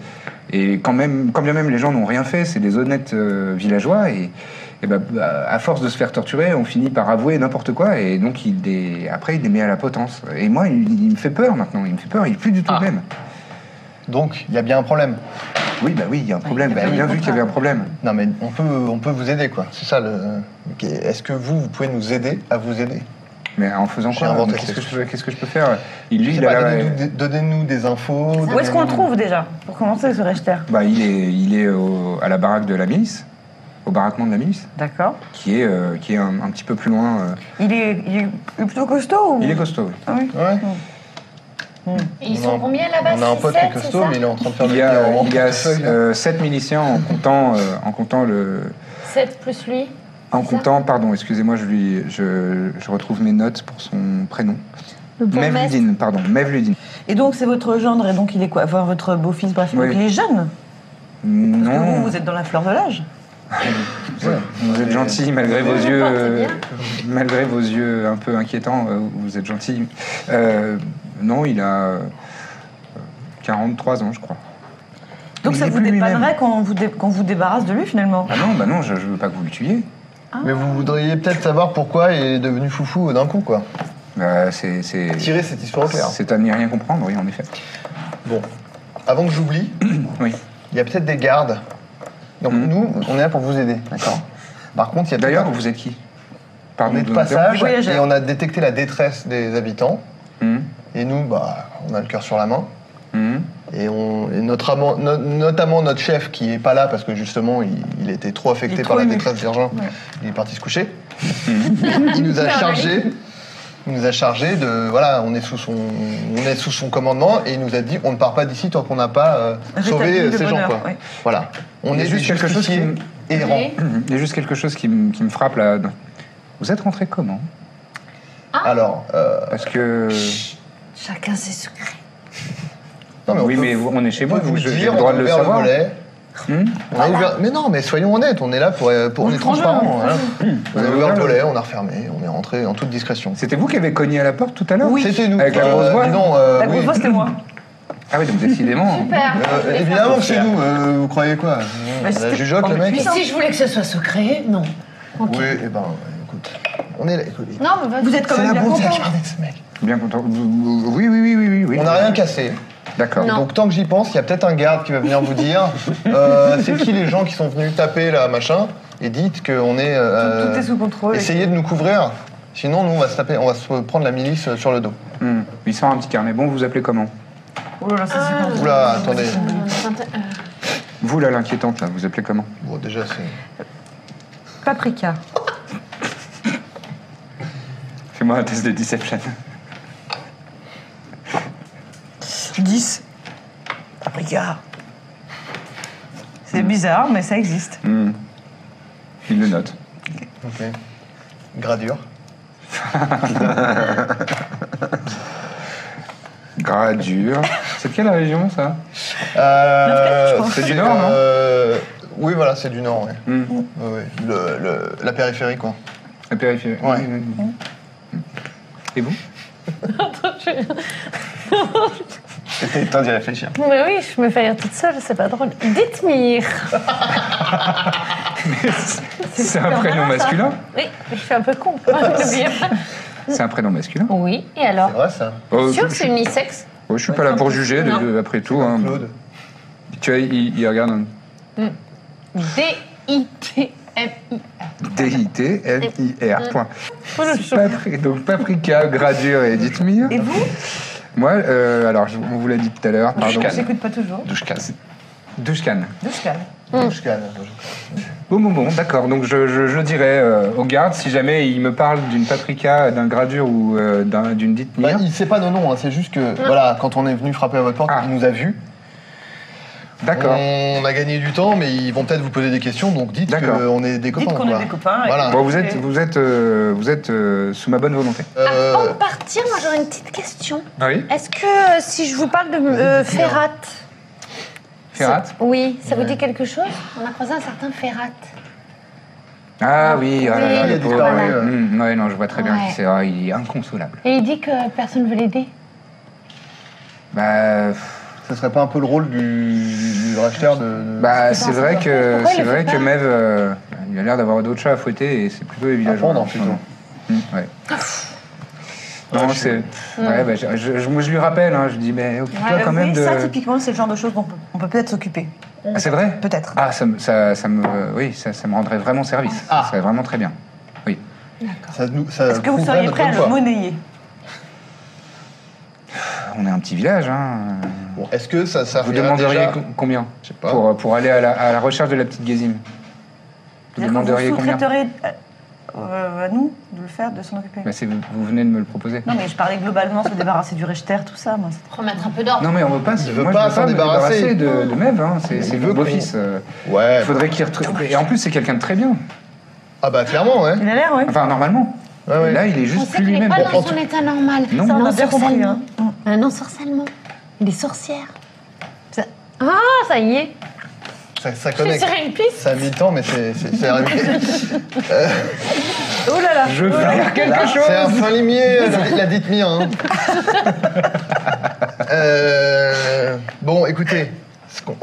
Et quand, même, quand bien même les gens n'ont rien fait, c'est des honnêtes euh, villageois, et, et bah, bah, à force de se faire torturer, on finit par avouer n'importe quoi, et donc il les- après, il les met à la potence. Et moi, il, il me fait peur maintenant, il me fait peur, il est plus du tout
Ah.
le même.
Donc, il y a bien un problème.
Oui, bah oui, il y a un problème. Bah, bien vu qu'il y avait un problème.
Non, mais on peut, on peut vous aider, quoi. C'est ça le. Ok, Est-ce que vous, vous pouvez nous aider à vous aider
Mais en faisant
J'ai
quoi euh,
inventé
Qu'est-ce que,
quelque
je peux- qu'est-ce que je peux faire Il, lui,
Je sais
il a
pas,
la-
Donnez-nous des- donnez-nous des infos.
Où est-ce qu'on le
donnez-nous-
trouve déjà Pour commencer, ce Rechter.
bah, il est, il est au- à la baraque de la milice, au baraquement de la milice,
D'accord.
qui est, euh, qui est un, un petit peu plus loin. euh.
Il est, il est plutôt costaud ou...
Il est costaud, oui.
Ah oui.
Ouais.
Et Ils
On
sont
a-
combien là-bas
On a un
six,
pote qui est
sept, Ah bah c'est
costaud,
ça
mais il est en train de faire
Il
le
y a,
numéro
il y a euh, sept miliciens en comptant, euh, en comptant le.
Sept plus lui.
En
C'est ça
comptant, pardon, excusez-moi, je, lui- je, je retrouve mes notes pour son prénom.
Le bourgmestre.
Mevludin, pardon, Mevludin.
Et donc, c'est votre gendre, et donc il est quoi Enfin, votre beau-fils, bref.
Oui.
Donc, il est jeune. Parce que vous,
Non,
vous êtes dans la fleur de l'âge.
Vous êtes gentil malgré vos
c'est
yeux,
bien.
euh, malgré vos yeux un peu inquiétants. euh, Vous êtes gentil. Euh, non, il a euh, 43 ans, je crois.
Donc,
Il
ça
est
vous
plus lui-même.
dépannerait qu'on vous, dé- qu'on vous débarrasse de lui, finalement.
Ah non, bah non, je, je veux pas que vous le tuiez.
Mais vous voudriez peut-être savoir pourquoi il est devenu foufou d'un coup, quoi.
Bah, c'est c'est
Tirer cette histoire au clair.
c'est à n'y rien comprendre, oui, en effet.
Bon, avant que j'oublie,
Oui.
il y a peut-être des gardes. Donc
Mhm.
nous, on est là pour vous aider, d'accord Par contre, il y a
D'ailleurs,
peut-être-
vous êtes qui
on
Pardon
est de
vous
passage
Voyageurs.
et on a détecté la détresse des habitants.
interrompre.
Et nous, bah, on a le cœur sur la main.
Hum, hum.
Et, on, et notre amant- no- notamment notre chef qui est pas là parce que justement il, il était trop
Il
affecté
est
par
trop
la
ému.
détresse d'urgence, il est parti se coucher. il nous a chargé, il nous a chargé de voilà, on est sous son, on est sous son commandement et il nous a dit on ne part pas d'ici tant qu'on n'a pas euh,
Rétabli
sauvé euh,
le
ces gens
bonheur,
quoi.
oui.
Voilà, on
Il y a
est
juste
juste quelque
quelque chose qui
chose errant.
Oui.
Il y a juste quelque chose qui, me- qui me frappe là. Vous êtes rentré comment
Alors, euh,
Parce que
Chacun ses secrets.
non mais on
oui,
peut,
mais vous- on est
on
chez
peut
vous.
vous
vous-
le
J'ai
dire,
le
on
droit
a
de le
ouvert le
savoir.
volet.
Hum
On a ouvert- Mais non, mais soyons honnêtes, on est là pour, euh, pour on, est
prend
transparent. hein. On a
On
ouvert
prend
le
le-
volet, on a refermé, on est rentré en toute discrétion.
C'était vous qui avez cogné à la porte tout à l'heure
Oui.
C'était nous.
Avec la
Euh,
grosse voix
dis donc, euh, oui.
La Bah, grosse voix, c'était moi.
Ah oui, donc décidément.
Super.
Euh,
Je vais
évidemment
faire-
que c'est nous, euh, vous croyez quoi
Mais
On a
Bah, c'était-
jugeote,
on
le
est
mec
Et
puissant.
si je voulais que ce soit secret, non. Ok.
Oui, et ben, écoute, on est là, écoute.
Non, mais vas-y.
Vous êtes quand
C'est
même
la
bien
bonté à
content.
garder ce mec.
Bien content. Vous- vous- Oui, oui, oui, oui, oui.
On n'a rien cassé.
D'accord.
Non.
Donc tant que j'y pense, il y a peut-être un garde qui va venir vous dire euh, c'est qui les gens qui sont venus taper là, machin, et dites qu'on est. euh,
Tout- tout est sous contrôle.
Essayez de nous couvrir, sinon nous on va se taper, on va se prendre la milice euh, sur le dos.
Hmm. Il sort un petit carnet. Bon, vous appelez comment
Oh là là, ça
Ah.
c'est bon.
Oula, attendez.
Vous, là, l'inquiétante, là, vous appelez comment
Bon, déjà c'est.
Paprika.
Fais-moi un test de deception.
10. Paprika. C'est
Mm.
bizarre, mais ça existe.
Hmm. Il le note.
Ok. Gradure.
Gradure. C'est de quelle région, ça
Euh,
je pense.
C'est du Nord, non
euh, Oui, voilà, c'est du Nord, ouais.
Hmm.
Ouais, ouais. Le- le- la périphérie, quoi.
La périphérie.
Ouais.
Hmm. Et vous
C'était le temps d'y réfléchir.
Mais oui, je me fais rire toute seule, c'est pas drôle. Dithmir.
C'est un prénom
malin, ça. Hmm.
masculin
Oui, mais je suis un peu con. quand même, le bien.
C'est un prénom masculin.
oui, et
Ah.
C'est
alors
vrai ça
Oh,
Sûr
je,
que c'est unisexe
oh, je suis pas là pour juger,
Non.
de- après tout. hein.
Claude.
Tu vois, il, il regarde un
D-I-T-M-I. Hmm.
D-I-T-N-I-R. Point. Papri- donc Paprika, Gradure et Dithmir.
Et vous
Moi, euh, alors, je- on vous l'a dit tout à l'heure, pardon.
Je n'écoute pas toujours.
Douchkas.
Dushkan.
Dushkan.
Je scanne.
Bon, bon, bon, d'accord. Donc, je, je, je dirais euh, au garde, si jamais il me parle d'une Paprika, d'un Gradure ou euh, d'un- d'une
Bah,
Dithmir.
il sait pas nos noms, hein, c'est juste que
Hmm.
voilà, quand on est venu frapper à votre porte,
Ah.
il nous a vus.
D'accord.
On a gagné du temps, mais ils vont peut-être vous poser des questions, donc dites
D'accord.
qu'on est des copains.
Dites qu'on
quoi.
est des copains. et-
Voilà.
Bon, vous êtes, vous êtes, euh, vous êtes euh, sous ma bonne volonté.
Euh,
Ah, Avant de partir, moi j'aurais une petite question.
oui
Est-ce que euh, si je vous parle de euh, Ferrat,
Ferrat
c'est- oui, ça vous dit quelque chose On a croisé un certain Ferrat.
Ah oui, ah là là,
Oui,
le
il a
pauvre.
disparu, euh.
Mmh, ouais, non, je vois très bien
Ouais.
qui c'est. Ah, il est inconsolable.
Et il dit que personne ne veut l'aider.
Bah, pff,
Ce serait pas un peu le rôle du, du racheteur de. de-
bah
C'est
c'est
pas
vrai
ça.
que
Pourquoi il
c'est
le
vrai
fait
que
pas
Mev, euh, il a l'air d'avoir d'autres chats à fouetter et c'est plutôt les villageois.
pendre,
en ce moment. Mmh, ouais.
Ah,
Non, c'est. Ouais, bah, je, je- je- moi, je lui rappelle, hein, je dis, mais occupe-toi
Ouais,
quand
Ah, bah, vous
même
voyez,
de.
Ça, typiquement, c'est le genre de choses qu'on peut, on peut peut-être s'occuper.
Ah, c'est vrai
Peut-être.
Ah, ça, me- ça, ça me. euh, Oui, ça, ça me rendrait vraiment service.
Ah.
Ça serait vraiment très bien. Oui.
ça nous- ça
Est-ce que vous
prouverait
seriez
notre
prêt à
bonne
le
foi.
monnayer
On est un petit village, hein.
Bon, Est-ce que ça
Vous
servira
demanderiez
déjà
co- combien
Je sais pas.
Pour, euh, pour aller à la, à la recherche de la petite Gazim. Vous
C'est-à-dire que
demanderiez
Vous
combien
sous-traiteriez à, euh, à nous de le faire, de s'en occuper
Bah, c'est- vous, vous venez de me le proposer.
Non, mais je parlais globalement, se débarrasser du rechter, tout ça. moi, c'est-
Remettre un peu d'ordre.
Non, mais on veut pas, se-
Il veut
moi,
pas
je veux
s'en
me
débarrasser.
de, de Mev, hein. c'est
Il
c'est
veut
mon
qu'on-
beau-fils. euh.
Ouais.
Il faudrait qu'il retrouve. Et en plus, c'est quelqu'un de très bien.
Ah bah clairement, ouais.
Il a l'air, oui.
Enfin, normalement.
Ouais, ouais.
Là, il est
On
juste plus
sait qu'il n'est
lui-même.
pas
Bon,
dans
en
son état normal.
Non.
C'est
Ça,
un
on a bien compris. Hein. Mm.
Un ensorcellement. Il est sorcière. Ça- Ah, ça y est.
Ça, ça
Je suis
connecte.
sur une piste.
Ça a mis le temps, mais c'est c'est- c'est arrivé.
Oh là là
Je flaire quelque chose
C'est un fin limier, euh, la, la dite mire. hein. Euh, bon, écoutez, ce qu'on-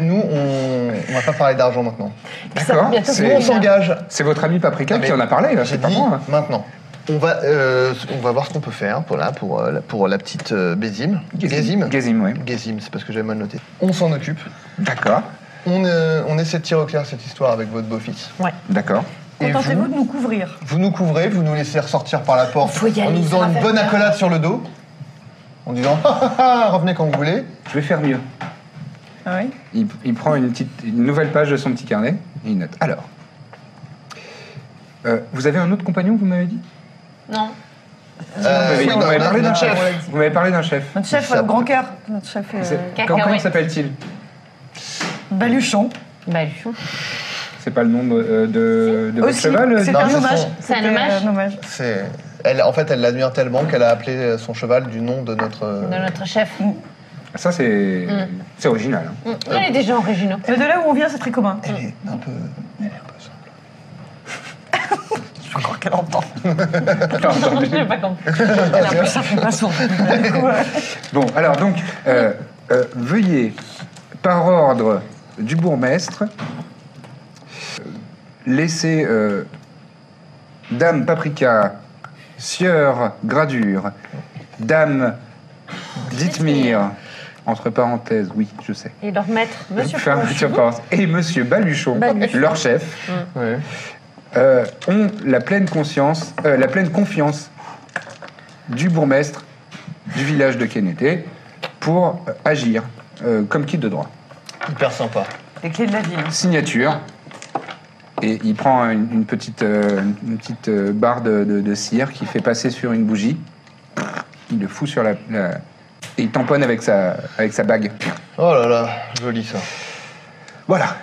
nous, on, on va pas parler d'argent maintenant.
D'accord.
bientôt
Nous,
C'est
on s'engage.
c'est votre ami Paprika
Ah, mais
qui en a parlé, là,
J'ai
c'est pas
dit
moi. hein.
maintenant. On va, euh, on va voir ce qu'on peut faire pour, là, pour, euh, la- pour la petite euh, Bézime. Gézime
hein. Gazim, oui.
Gézime, c'est parce que j'avais mal noté. On s'en occupe.
D'accord.
On, euh, on essaie de tirer au clair cette histoire avec votre beau-fils.
D'accord.
Et
Contentez-vous
vous
de nous couvrir.
Vous nous couvrez, vous nous laissez ressortir par la porte
Faut y
en
aller,
nous
ça
faisant
va
une
faire
bonne
peur.
accolade sur le dos, en disant Ah, ah, ah, revenez quand vous voulez.
Je vais faire mieux.
Ah oui
Il, il prend une, petite, une nouvelle page de son petit carnet et il note. Alors, euh, vous avez un autre compagnon, vous m'avez dit
Non.
Euh,
Vous m'avez-
oui,
vous
non,
m'avez
non,
parlé d'un
notre
chef.
chef.
Vous m'avez parlé d'un chef.
Notre chef,
Ça-
euh, grand cœur. Notre chef, euh,
C'est-
Cacahuète.
Comment comment s'appelle-t-il
Baluchon.
Bah, je suis.
C'est pas le nom de, de, de votre
Aussi,
cheval
c'est
euh,
Non,
un
c'est
hommage.
son-
C'est un
C'était, euh,
hommage.
C'est- Elle, en fait, elle l'admire tellement qu'elle a appelé son cheval du nom de notre. euh,
De notre chef.
Ah, Ça, c'est c'est original. hein.
Mm. On est des gens originaux.
Mais de là où on vient, c'est très commun.
Elle est euh, un peu. Elle est un peu simple.
Je crois qu'elle entend.
Je n'ai pas compris.
Ça fait pas son. Du coup, euh,
Bon, alors donc, euh, euh, veuillez, par ordre du bourgmestre, euh, laisser euh, Dame Paprika, Sieur Gradure, Dame Dithmir, Entre parenthèses, oui, je sais.
Et leur maître, Monsieur
Faire un
Blanchon.
petit rapport. Et Monsieur Baluchon,
Baluchon.
leur chef,
Hum.
Ouais.
euh, ont la pleine conscience, euh, la pleine confiance du bourgmestre du village de Kénété pour euh, agir euh, comme qui de droit.
Hyper sympa.
Les clés de la ville. hein.
signature. Et il prend une, une petite, euh, une petite euh, barre de, de- de cire qu'il fait passer sur une bougie. Il le fout sur la. la- et il tamponne avec sa, avec sa bague.
Oh là là, joli ça.
Voilà.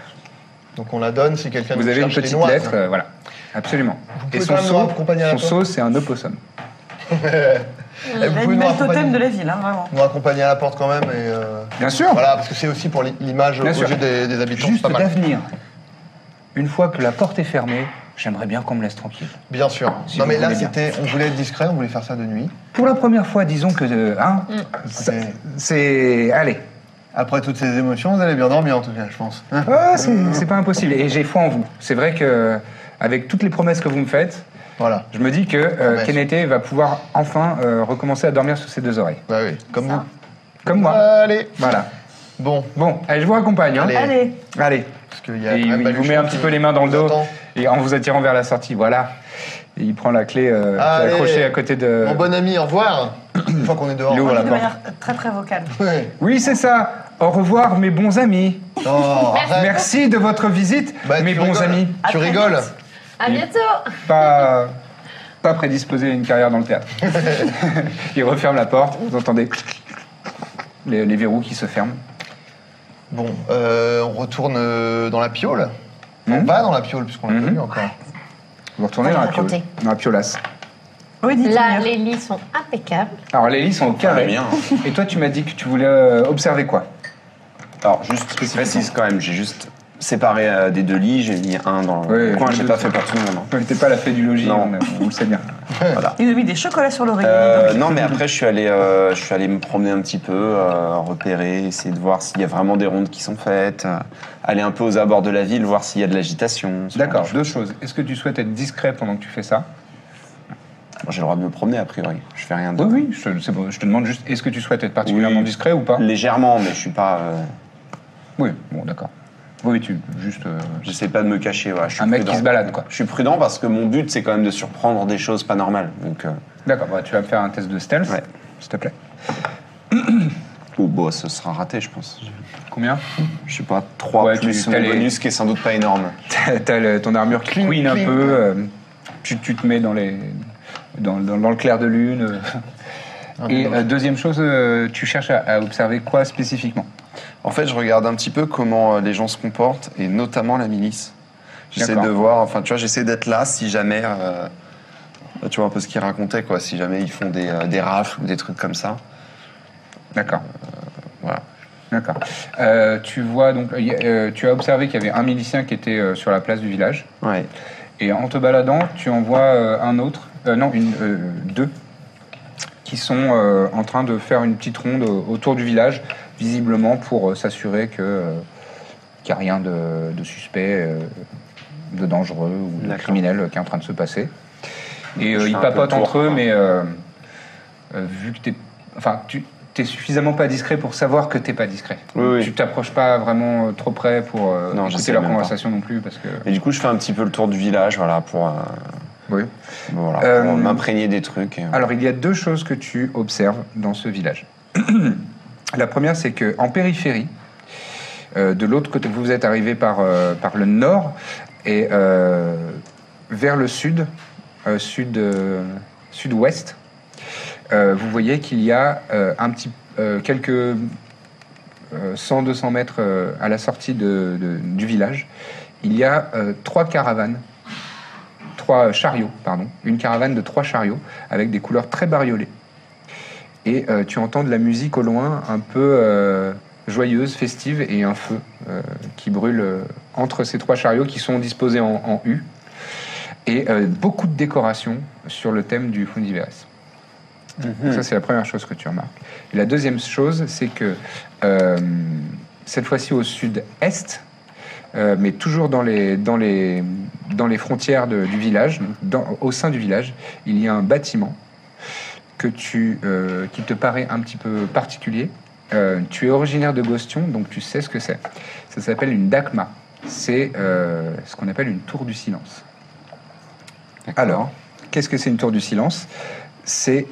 Donc on la donne si quelqu'un
Vous
nous
avez une
cherche les
petite
noises.
lettre. euh, voilà. Absolument.
pouvez quand même nous accompagner à la
son sceau,
porte
c'est un opossum.
Eh, vous pouvez nous
L'animal totem
accompagner,
de la ville, hein, vraiment.
nous accompagner à la porte quand même. Et, euh,
Bien sûr.
Voilà, parce que c'est aussi pour l'i- l'image au
Bien
aux
sûr.
yeux des, des habitants. c'est
Juste
pas mal.
d'avenir. Une fois que la porte est fermée, j'aimerais bien qu'on me laisse tranquille.
Bien sûr.
Si
non
vous
mais là
voulez bien.
c'était, on voulait être discret, on voulait faire ça de nuit.
Pour la première fois, disons que. euh, hein,
Mm.
ça-
C'est-
C'est. Allez.
Après toutes ces émotions, vous allez bien dormir en tout cas, je pense. Hein
Ah, c'est c'est pas impossible. Et j'ai foi en vous. C'est vrai que, avec toutes les promesses que vous me faites,
voilà.
je me dis que euh,
Promesses.
Kenete va pouvoir enfin euh, recommencer à dormir sur ses deux oreilles.
Bah oui, comme vous.
Comme moi.
Allez.
Voilà.
Bon,
Bon, allez, je vous accompagne. hein.
Allez.
Allez,
Allez.
parce qu'il y a.
Et
quand
il,
même
il vous
Baluchon
met un
qui
petit peu les mains dans le dos
nous attend.
et en vous attirant vers la sortie. Voilà. Et il prend la clé euh, qui est
Allez.
accrochée à côté de.
Mon bon ami, au revoir. Euh. Une fois qu'on est dehors.
Il ouvre la
de
porte.
manière très très vocale.
Ouais.
Oui, c'est ça. Au revoir, mes bons amis.
Non, arrête.
Merci de votre visite,
Bah,
mes
tu
bons
rigoles.
amis.
Tu
À très
rigoles.
vite.
À bientôt
pas, pas prédisposé à une carrière dans le théâtre. il referme la porte, vous entendez les, les verrous qui se ferment.
Bon, euh, on retourne euh, dans la piole. On
Mhm.
va dans la piole, puisqu'on l'a
Mhm.
pas vu encore.
Vous retournez
Faut
dans la,
le
piole,
raconter.
dans la piolasse.
Oui, dites
Là,
Mire.
les lits sont impeccables.
Alors les lits sont au
Ah,
carré.
bien.
Et toi, tu m'as dit que tu voulais euh, observer quoi
Alors, juste, je précise quand même, j'ai juste séparé euh, des deux lits, j'ai mis un dans
Ouais,
le coin,
le
j'ai
deux.
pas fait pour tout le monde. hein.
T'es pas la fée du logis,
Non.
on, on le sait bien.
Voilà.
Il nous a mis des chocolats sur l'oreille.
Euh, non, mais après, je suis allé, euh, je suis allé me promener un petit peu, euh, repérer, essayer de voir s'il y a vraiment des rondes qui sont faites, euh, aller un peu aux abords de la ville, voir s'il y a de l'agitation. ce genre de
D'accord,
choses.
deux choses. Est-ce que tu souhaites être discret pendant que tu fais ça
Bon, J'ai le droit de me promener, a priori. Je fais rien de.
Oui, oui, je, te- c'est bon, je te demande juste, est-ce que tu souhaites être particulièrement
Oui.
discret ou pas
Légèrement, mais je suis pas. euh,
Oui, bon, d'accord. Oui, tu, juste... euh,
J'essaie pas de me cacher. ouais, je suis
Un mec
prudent.
qui se balade, quoi.
Je suis prudent parce que mon but, c'est quand même de surprendre des choses pas normales. Donc, euh,
D'accord, bah, tu vas me faire un test de stealth,
Ouais.
s'il te plaît.
ou bon, oh, bah, ce sera raté, je pense.
Combien
Je sais pas, 3
Ouais,
plus
tu-
mon
t'as les-
bonus qui est sans doute pas énorme.
T'as- T'as le- ton armure qui couine un
cling.
peu, euh, tu, tu te mets dans, les, dans, dans- dans le clair de lune. euh.
Ah,
Et euh, deuxième chose, euh, tu cherches à, à observer quoi spécifiquement
En fait, je regarde un petit peu comment euh, les gens se comportent, et notamment la milice. J'essaie
D'accord.
de voir, enfin, tu vois, j'essaie d'être là si jamais. euh,
bah,
tu vois un peu ce qu'il racontait, quoi, si jamais ils font des, euh, des rafles ou des trucs comme ça.
D'accord.
Voilà.
D'accord. Euh, tu vois donc, il y a- euh, tu as observé qu'il y avait un milicien qui était euh, sur la place du village,
Ouais.
et en te baladant, tu en vois euh, un autre, euh, non, une, euh, deux, qui sont euh, en train de faire une petite ronde au- autour du village, visiblement pour euh, s'assurer que euh, qu'il n'y a rien de, de suspect, euh, de dangereux ou de
D'accord.
criminel euh, qui est en train de se passer. Et
Je
euh,
fais
ils
un peu
papotent
le tour,
entre eux,
quoi.
mais euh, euh, vu que t'es, enfin, tu t'es suffisamment pas discret pour savoir que t'es pas discret.
Oui, oui.
Tu t'approches pas vraiment euh, trop près pour euh,
Non,
écouter
j'essaie
leur
même pas.
conversation non plus, parce que
Et du coup, je fais un petit peu le tour du village, voilà, pour, euh,
oui.
voilà, pour
Euh, Ah,
m'imprégner des trucs. et- euh.
Alors, il y a deux choses que tu observes dans ce village. La première, c'est que en périphérie, euh, de l'autre côté, vous êtes arrivé par, euh, par le nord et euh, vers le sud, euh, sud, euh, sud-ouest, euh, vous voyez qu'il y a euh, un petit, euh, quelques 100-200 mètres euh, à la sortie de- de- du village, il y a euh, trois caravanes trois euh, chariots, pardon, une caravane de trois chariots avec des couleurs très bariolées. Et euh, tu entends de la musique au loin, un peu euh, joyeuse, festive, et un feu euh, qui brûle euh, entre ces trois chariots qui sont disposés en, en U. Et euh, beaucoup de décorations sur le thème du Fundiveres.
Mm-hmm.
Donc Ça, c'est la première chose que tu remarques. Et la deuxième chose, c'est que euh, cette fois-ci au sud-est, euh, mais toujours dans les, dans les, dans les frontières de- du village, donc dans- au sein du village, il y a un bâtiment que tu, euh, qui te paraît un petit peu particulier, Euh, tu es originaire de Gostion, donc tu sais ce que c'est. Ça s'appelle une dakma. C'est euh, ce qu'on appelle une tour du silence. Alors, qu'est-ce que c'est une tour du silence C'est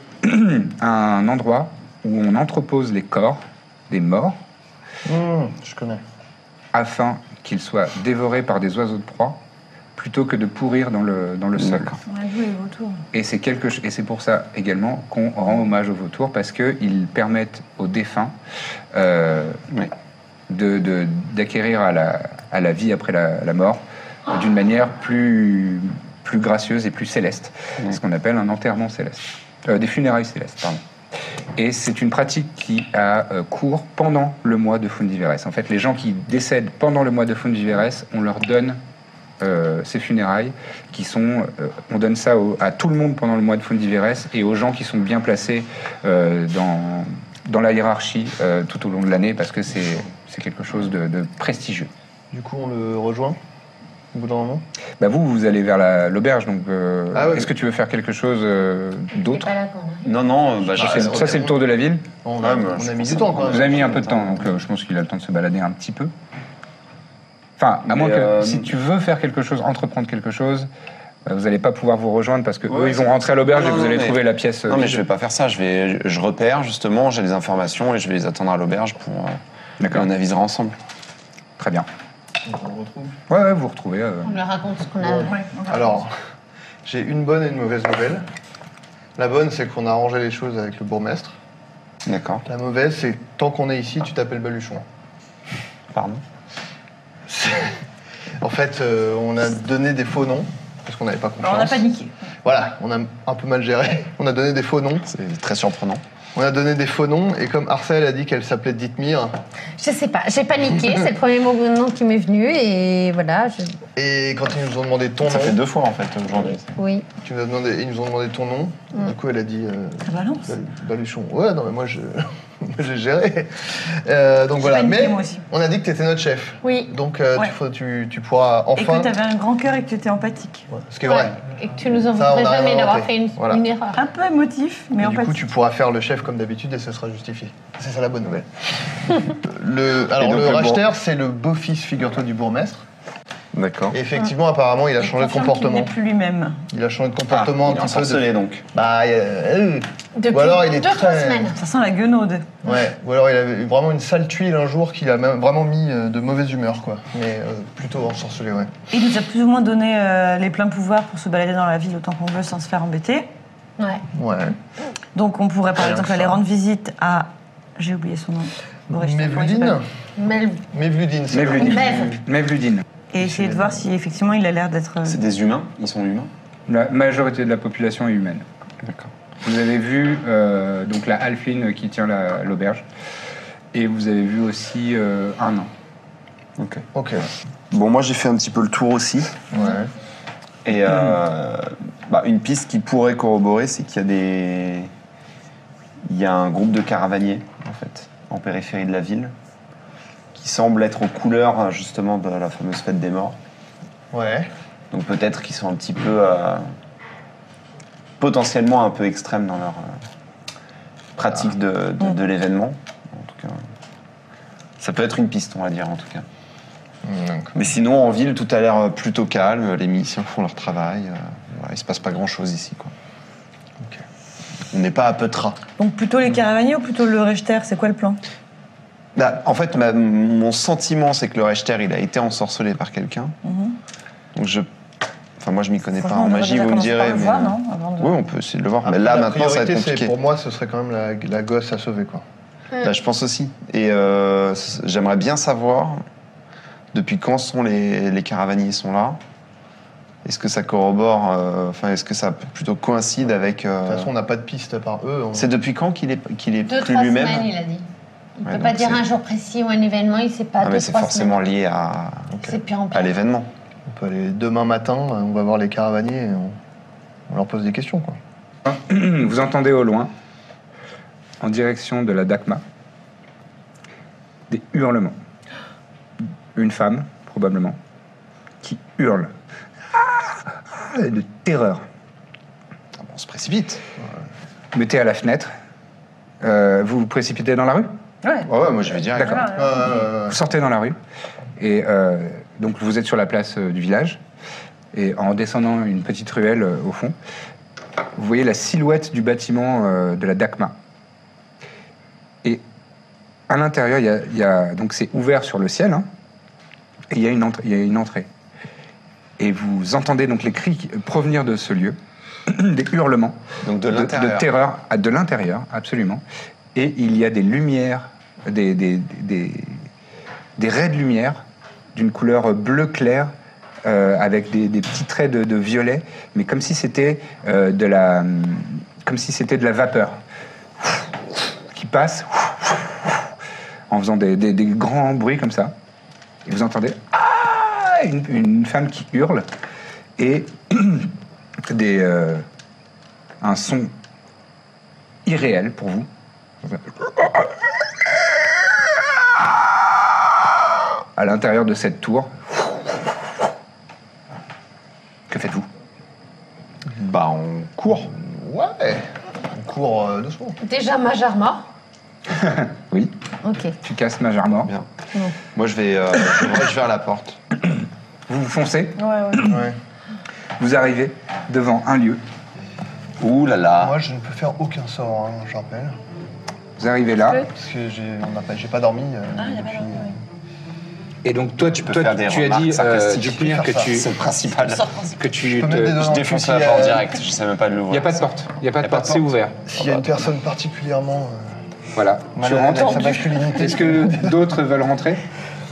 un endroit où on entrepose les corps des morts
Hmm, je connais.
afin qu'ils soient dévorés par des oiseaux de proie plutôt que de pourrir dans le, dans le sol.
On a vu les vautours.
Et c'est quelque ch- et c'est pour ça également qu'on rend hommage aux vautours parce que ils permettent aux défunts euh,
Ouais.
de- de- d'acquérir à la, à la vie après la, la mort euh, d'une manière plus plus gracieuse et plus céleste, ce qu'on appelle un enterrement céleste, Euh, des funérailles célestes, pardon. Et c'est une pratique qui a euh, cours pendant le mois de Fundiveres. En fait, les gens qui décèdent pendant le mois de Fundiveres, on leur donne euh, ces funérailles qui sont. euh, on donne ça au- à tout le monde pendant le mois de Fundiveres et aux gens qui sont bien placés euh, dans, dans la hiérarchie euh, tout au long de l'année parce que c'est c'est quelque chose de, de prestigieux.
Du coup, on le rejoint au bout d'un moment.
Bah vous, vous allez vers la- l'auberge, donc euh,
Ah oui.
est-ce que tu veux faire quelque chose euh, d'autre
pas là quand même.
Non, non, euh, bah, je
Ah,
sais.
Ça, c'est le tour de la ville.
On
Ouais,
a,
mais
on
je
a mis
pense
du
que-
temps, quoi.
Vous avez mis un peu de temps, donc euh, je pense qu'il a le temps de se balader un petit peu. Enfin, à
Mais,
moins que
euh,
si tu veux faire quelque chose, entreprendre quelque chose, euh, vous n'allez pas pouvoir vous rejoindre parce que eux,
Ouais,
ils vont rentrer à l'auberge et
Non,
vous
non,
allez
mais-
trouver la pièce. euh,
Non, mais
vide.
je vais pas faire ça. Je, vais, je repère justement, j'ai les informations et je vais les attendre à l'auberge pour. euh,
D'accord.
et on avisera ensemble.
Très bien.
On le retrouve.
Ouais, ouais, vous retrouvez. euh,
On leur raconte ce qu'on a.
Ouais, on a-
Alors, j'ai une bonne et une mauvaise nouvelle. La bonne, c'est qu'on a arrangé les choses avec le bourgmestre.
D'accord.
La mauvaise, c'est tant qu'on est ici, tu t'appelles Baluchon.
Pardon.
En fait, euh, on a donné des faux noms parce qu'on n'avait pas
Alors,
confiance.
on a paniqué.
Voilà, on a un peu mal géré. On a donné des faux noms.
C'est très surprenant.
On a donné des faux noms et comme Arcel a dit qu'elle s'appelait Dithmir
Je sais pas, j'ai paniqué, c'est le premier mot nom qui m'est venu et voilà. je-
et quand ils nous ont demandé ton
Ça fait
nom,
deux fois en fait aujourd'hui.
Oui.
tu nous as demandé- ils nous ont demandé ton nom.
Mm.
Du coup, elle a dit euh,
Ça balance.
Bal- Baluchon. Ouais, non mais moi je moi, j'ai géré. Euh, donc voilà,
paniqué,
mais
moi aussi.
on a dit que t'étais notre chef.
Oui.
Donc euh,
Ouais.
tu, faut- tu, tu pourras
Et
enfin.
que t'avais un grand cœur et que t'étais empathique.
Ouais, ce qui est vrai.
Et que tu nous en
Ça, on
voudrais
a rien
jamais d'avoir
inventé.
fait une,
Voilà.
une erreur.
Un peu émotif, mais
Et du
empathique.
coup, tu pourras faire le chef comme d'habitude et ce sera justifié. C'est ça la bonne nouvelle. le, alors
donc,
le
le bour-
racheteur, c'est le beau-fils, figure-toi, du bourgmestre.
D'accord.
Et effectivement, apparemment, il a
Il
changé de
confirme qu'il
comportement.
n'est plus lui-même.
Il a changé de comportement
Ah, il est
un petit peu. de-
ensorcelé donc.
Bah, euh, euh.
Depuis
Ou alors il est
deux, trois
très-
semaines.
Ça sent la guenaude.
Ouais. Ou alors il avait vraiment une sale tuile un jour qui l'a même- vraiment mis euh, de mauvaise humeur, quoi. Mais euh, plutôt ensorcelé, ouais.
Il nous a plus ou moins donné euh, les pleins pouvoirs pour se balader dans la ville autant qu'on veut sans se faire embêter.
Ouais.
Ouais.
Donc on pourrait par
Rien que
exemple
ça.
aller rendre visite à... J'ai oublié son nom. Boris, comment il
Mevludine
s'appelle
Mais
Mevludine, c'est
Mevludine.
Mev.
Mevludine.
Et essayer de voir si effectivement il a l'air d'être... euh,
C'est des humains. Ils sont humains.
La majorité de la population est humaine.
D'accord.
Vous avez vu euh, donc la Alphine qui tient la- l'auberge. et vous avez vu aussi euh, un an.
Ok.
Ok.
Bon, moi j'ai fait un petit peu le tour aussi.
Ouais.
Et euh, bah, une piste qui pourrait corroborer, c'est qu'il y a des. Il y a un groupe de caravaniers, en fait, en périphérie de la ville, qui semble être aux couleurs, euh, justement, de la fameuse fête des morts.
Ouais.
Donc peut-être qu'ils sont un petit peu. euh, potentiellement un peu extrêmes dans leur euh, pratique de,
Ah.
de-
Mm.
de l'événement. En tout cas, ça peut être une piste, on va dire, en tout cas.
Mais sinon, en ville, tout a l'air plutôt calme. Les miliciens font leur travail. euh, voilà, il se passe pas grand chose ici, quoi. On n'est pas à Petra.
Donc plutôt les caravaniers ou plutôt le Rechter C'est quoi le plan
Bah, en fait, ma- mon sentiment, c'est que le Rechter, il a été ensorcelé par quelqu'un.
Mhm.
Donc je. Enfin, moi, je m'y connais pas
Franchement, on
en
devrait
magie,
déjà
vous me
commencer par
direz.
le
mais- euh,
voir, non Avant de-
Oui, on peut essayer de le voir. mais
Après,
là,
la
maintenant, ça va être
priorité, c'est-
compliqué.
Pour moi, ce serait quand même la, la gosse à sauver, quoi.
Bah, je pense aussi. Et euh, c- j'aimerais bien savoir depuis quand sont les, les caravaniers sont là. Est-ce que ça corrobore, euh, enfin, est-ce que ça plutôt coïncide avec. euh,
De toute façon, on n'a pas de piste par eux. on-
c'est depuis quand qu'il est, qu'il est
deux,
plus
trois
lui-même
semaines, il a dit. Il
Ouais,
peut pas
donc
dire
c'est-
un jour précis ou un événement, il sait pas.
Ah,
deux,
mais c'est
trois
forcément
semaines.
lié à,
C'est de pire en
à
pire.
l'événement.
On peut aller demain matin, on va voir les caravaniers, et on, on leur pose des questions, quoi.
Vous entendez au loin, en direction de la Dakma, des hurlements. Une femme, probablement, qui hurle. Ah De terreur.
Ah, bon, on se précipite.
Mettez à la fenêtre. Euh, vous vous précipitez dans la rue
Ouais.
Ouais, ouais, moi je vais dire.
D'accord.
Voilà.
Euh,
Vous sortez dans la rue et euh, donc vous êtes sur la place euh, du village et en descendant une petite ruelle euh, au fond, vous voyez la silhouette du bâtiment euh, de la DACMA. Et à l'intérieur, il y a- il y, a donc c'est ouvert sur le ciel hein, et il y, a une entrée- il y a une entrée. Et vous entendez donc les cris qui- euh, provenir de ce lieu, des hurlements
Donc de
de, de
l'intérieur.
terreur à de l'intérieur, absolument. Et il y a des lumières, des, des, des, des raies de lumière d'une couleur bleu clair euh, avec des, des petits traits de, de violet, mais comme si c'était euh, de la comme si c'était de la vapeur qui passe en faisant des, des- des grands bruits comme ça. Et vous entendez Ah une, une femme qui hurle et des euh, un son irréel pour vous. À l'intérieur de cette tour. Que faites-vous
Bah, on court.
Ouais. On court euh, doucement.
Déjà Majarma.
Oui,
Ok.
tu casses ma mort.
Bien. Moi, je vais, euh, je me dirige vers la porte.
Vous vous foncez,
Ouais, ouais.
Ouais.
vous arrivez devant un lieu.
Ouh là là.
Moi, je ne peux faire aucun sort, hein, je rappelle.
Vous arrivez là.
Parce que j'ai on n'a pas, j'ai pas dormi. euh, depuis,
Et donc toi, tu,
peux
toi,
faire
tu-
des
tu as
remarques
dit, euh,
sarcastiques.
Dupnir, que
Faire ça,
tu,
C'est le principal.
que tu...
peux mettre des
Il
doigts.
Je
Non,
défonce
quand
la
il y a-
porte direct, je sais même pas de l'ouvrir.
n'y a pas de porte, il n'y a pas de
pas de
porte, c'est ouvert.
euh, S'il y a une personne particulièrement
Voilà.
euh,
Tu
mal à l'aise avec
rentres.
sa masculinité. Euh,
Est-ce que d'autres veulent rentrer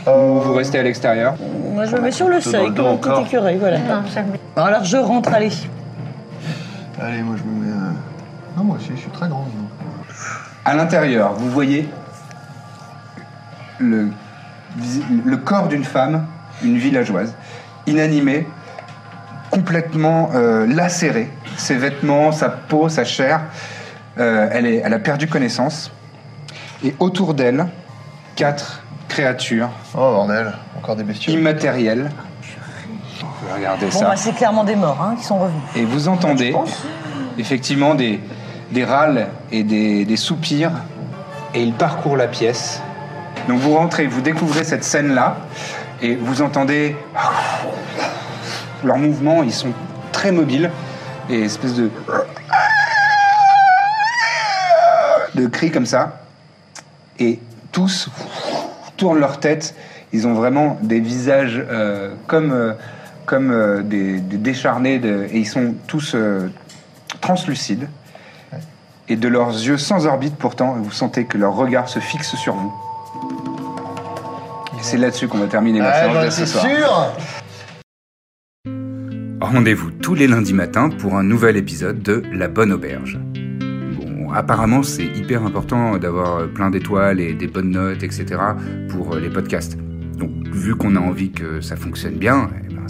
Ou vous restez à l'extérieur
Moi, je me mets sur le
plutôt dans
seuil,
le dos
comme un petit
encore.
écureuil, voilà. Bon, alors, je rentre, allez.
Allez, moi, je me mets. euh, Non, moi aussi, je suis très grande. moi.
À l'intérieur, vous voyez le, le corps d'une femme, une villageoise, inanimée, complètement euh, lacérée. Ses vêtements, sa peau, sa chair, euh, elle, est, elle a perdu connaissance. Et autour d'elle, quatre créatures
Oh, bordel. Encore des bestioles.
immatérielles. Regardez
Bon,
ça.
bah, c'est clairement des morts hein, qui sont revenus.
Et vous entendez effectivement des, des râles et des, des soupirs. Et il parcourt la pièce. Donc vous rentrez, vous découvrez cette scène-là. Et vous entendez leurs mouvements, ils sont très mobiles. Et espèce de. de cris comme ça. Et tous tournent leur tête. Ils ont vraiment des visages euh, comme, euh, comme euh, des, des décharnés. de- et ils sont tous euh, translucides. Et de leurs yeux sans orbite, pourtant, vous sentez que leur regard se fixe sur vous. Et C'est là-dessus qu'on va terminer la
Ah,
séance
j'en
de ce
étais
soir.
sûr
Rendez-vous tous les lundis matins pour un nouvel épisode de La Bonne Auberge. Bon, apparemment, c'est hyper important d'avoir euh, plein d'étoiles et des bonnes notes, etc. pour euh, les podcasts. Donc, vu qu'on a envie que ça fonctionne bien, eh ben,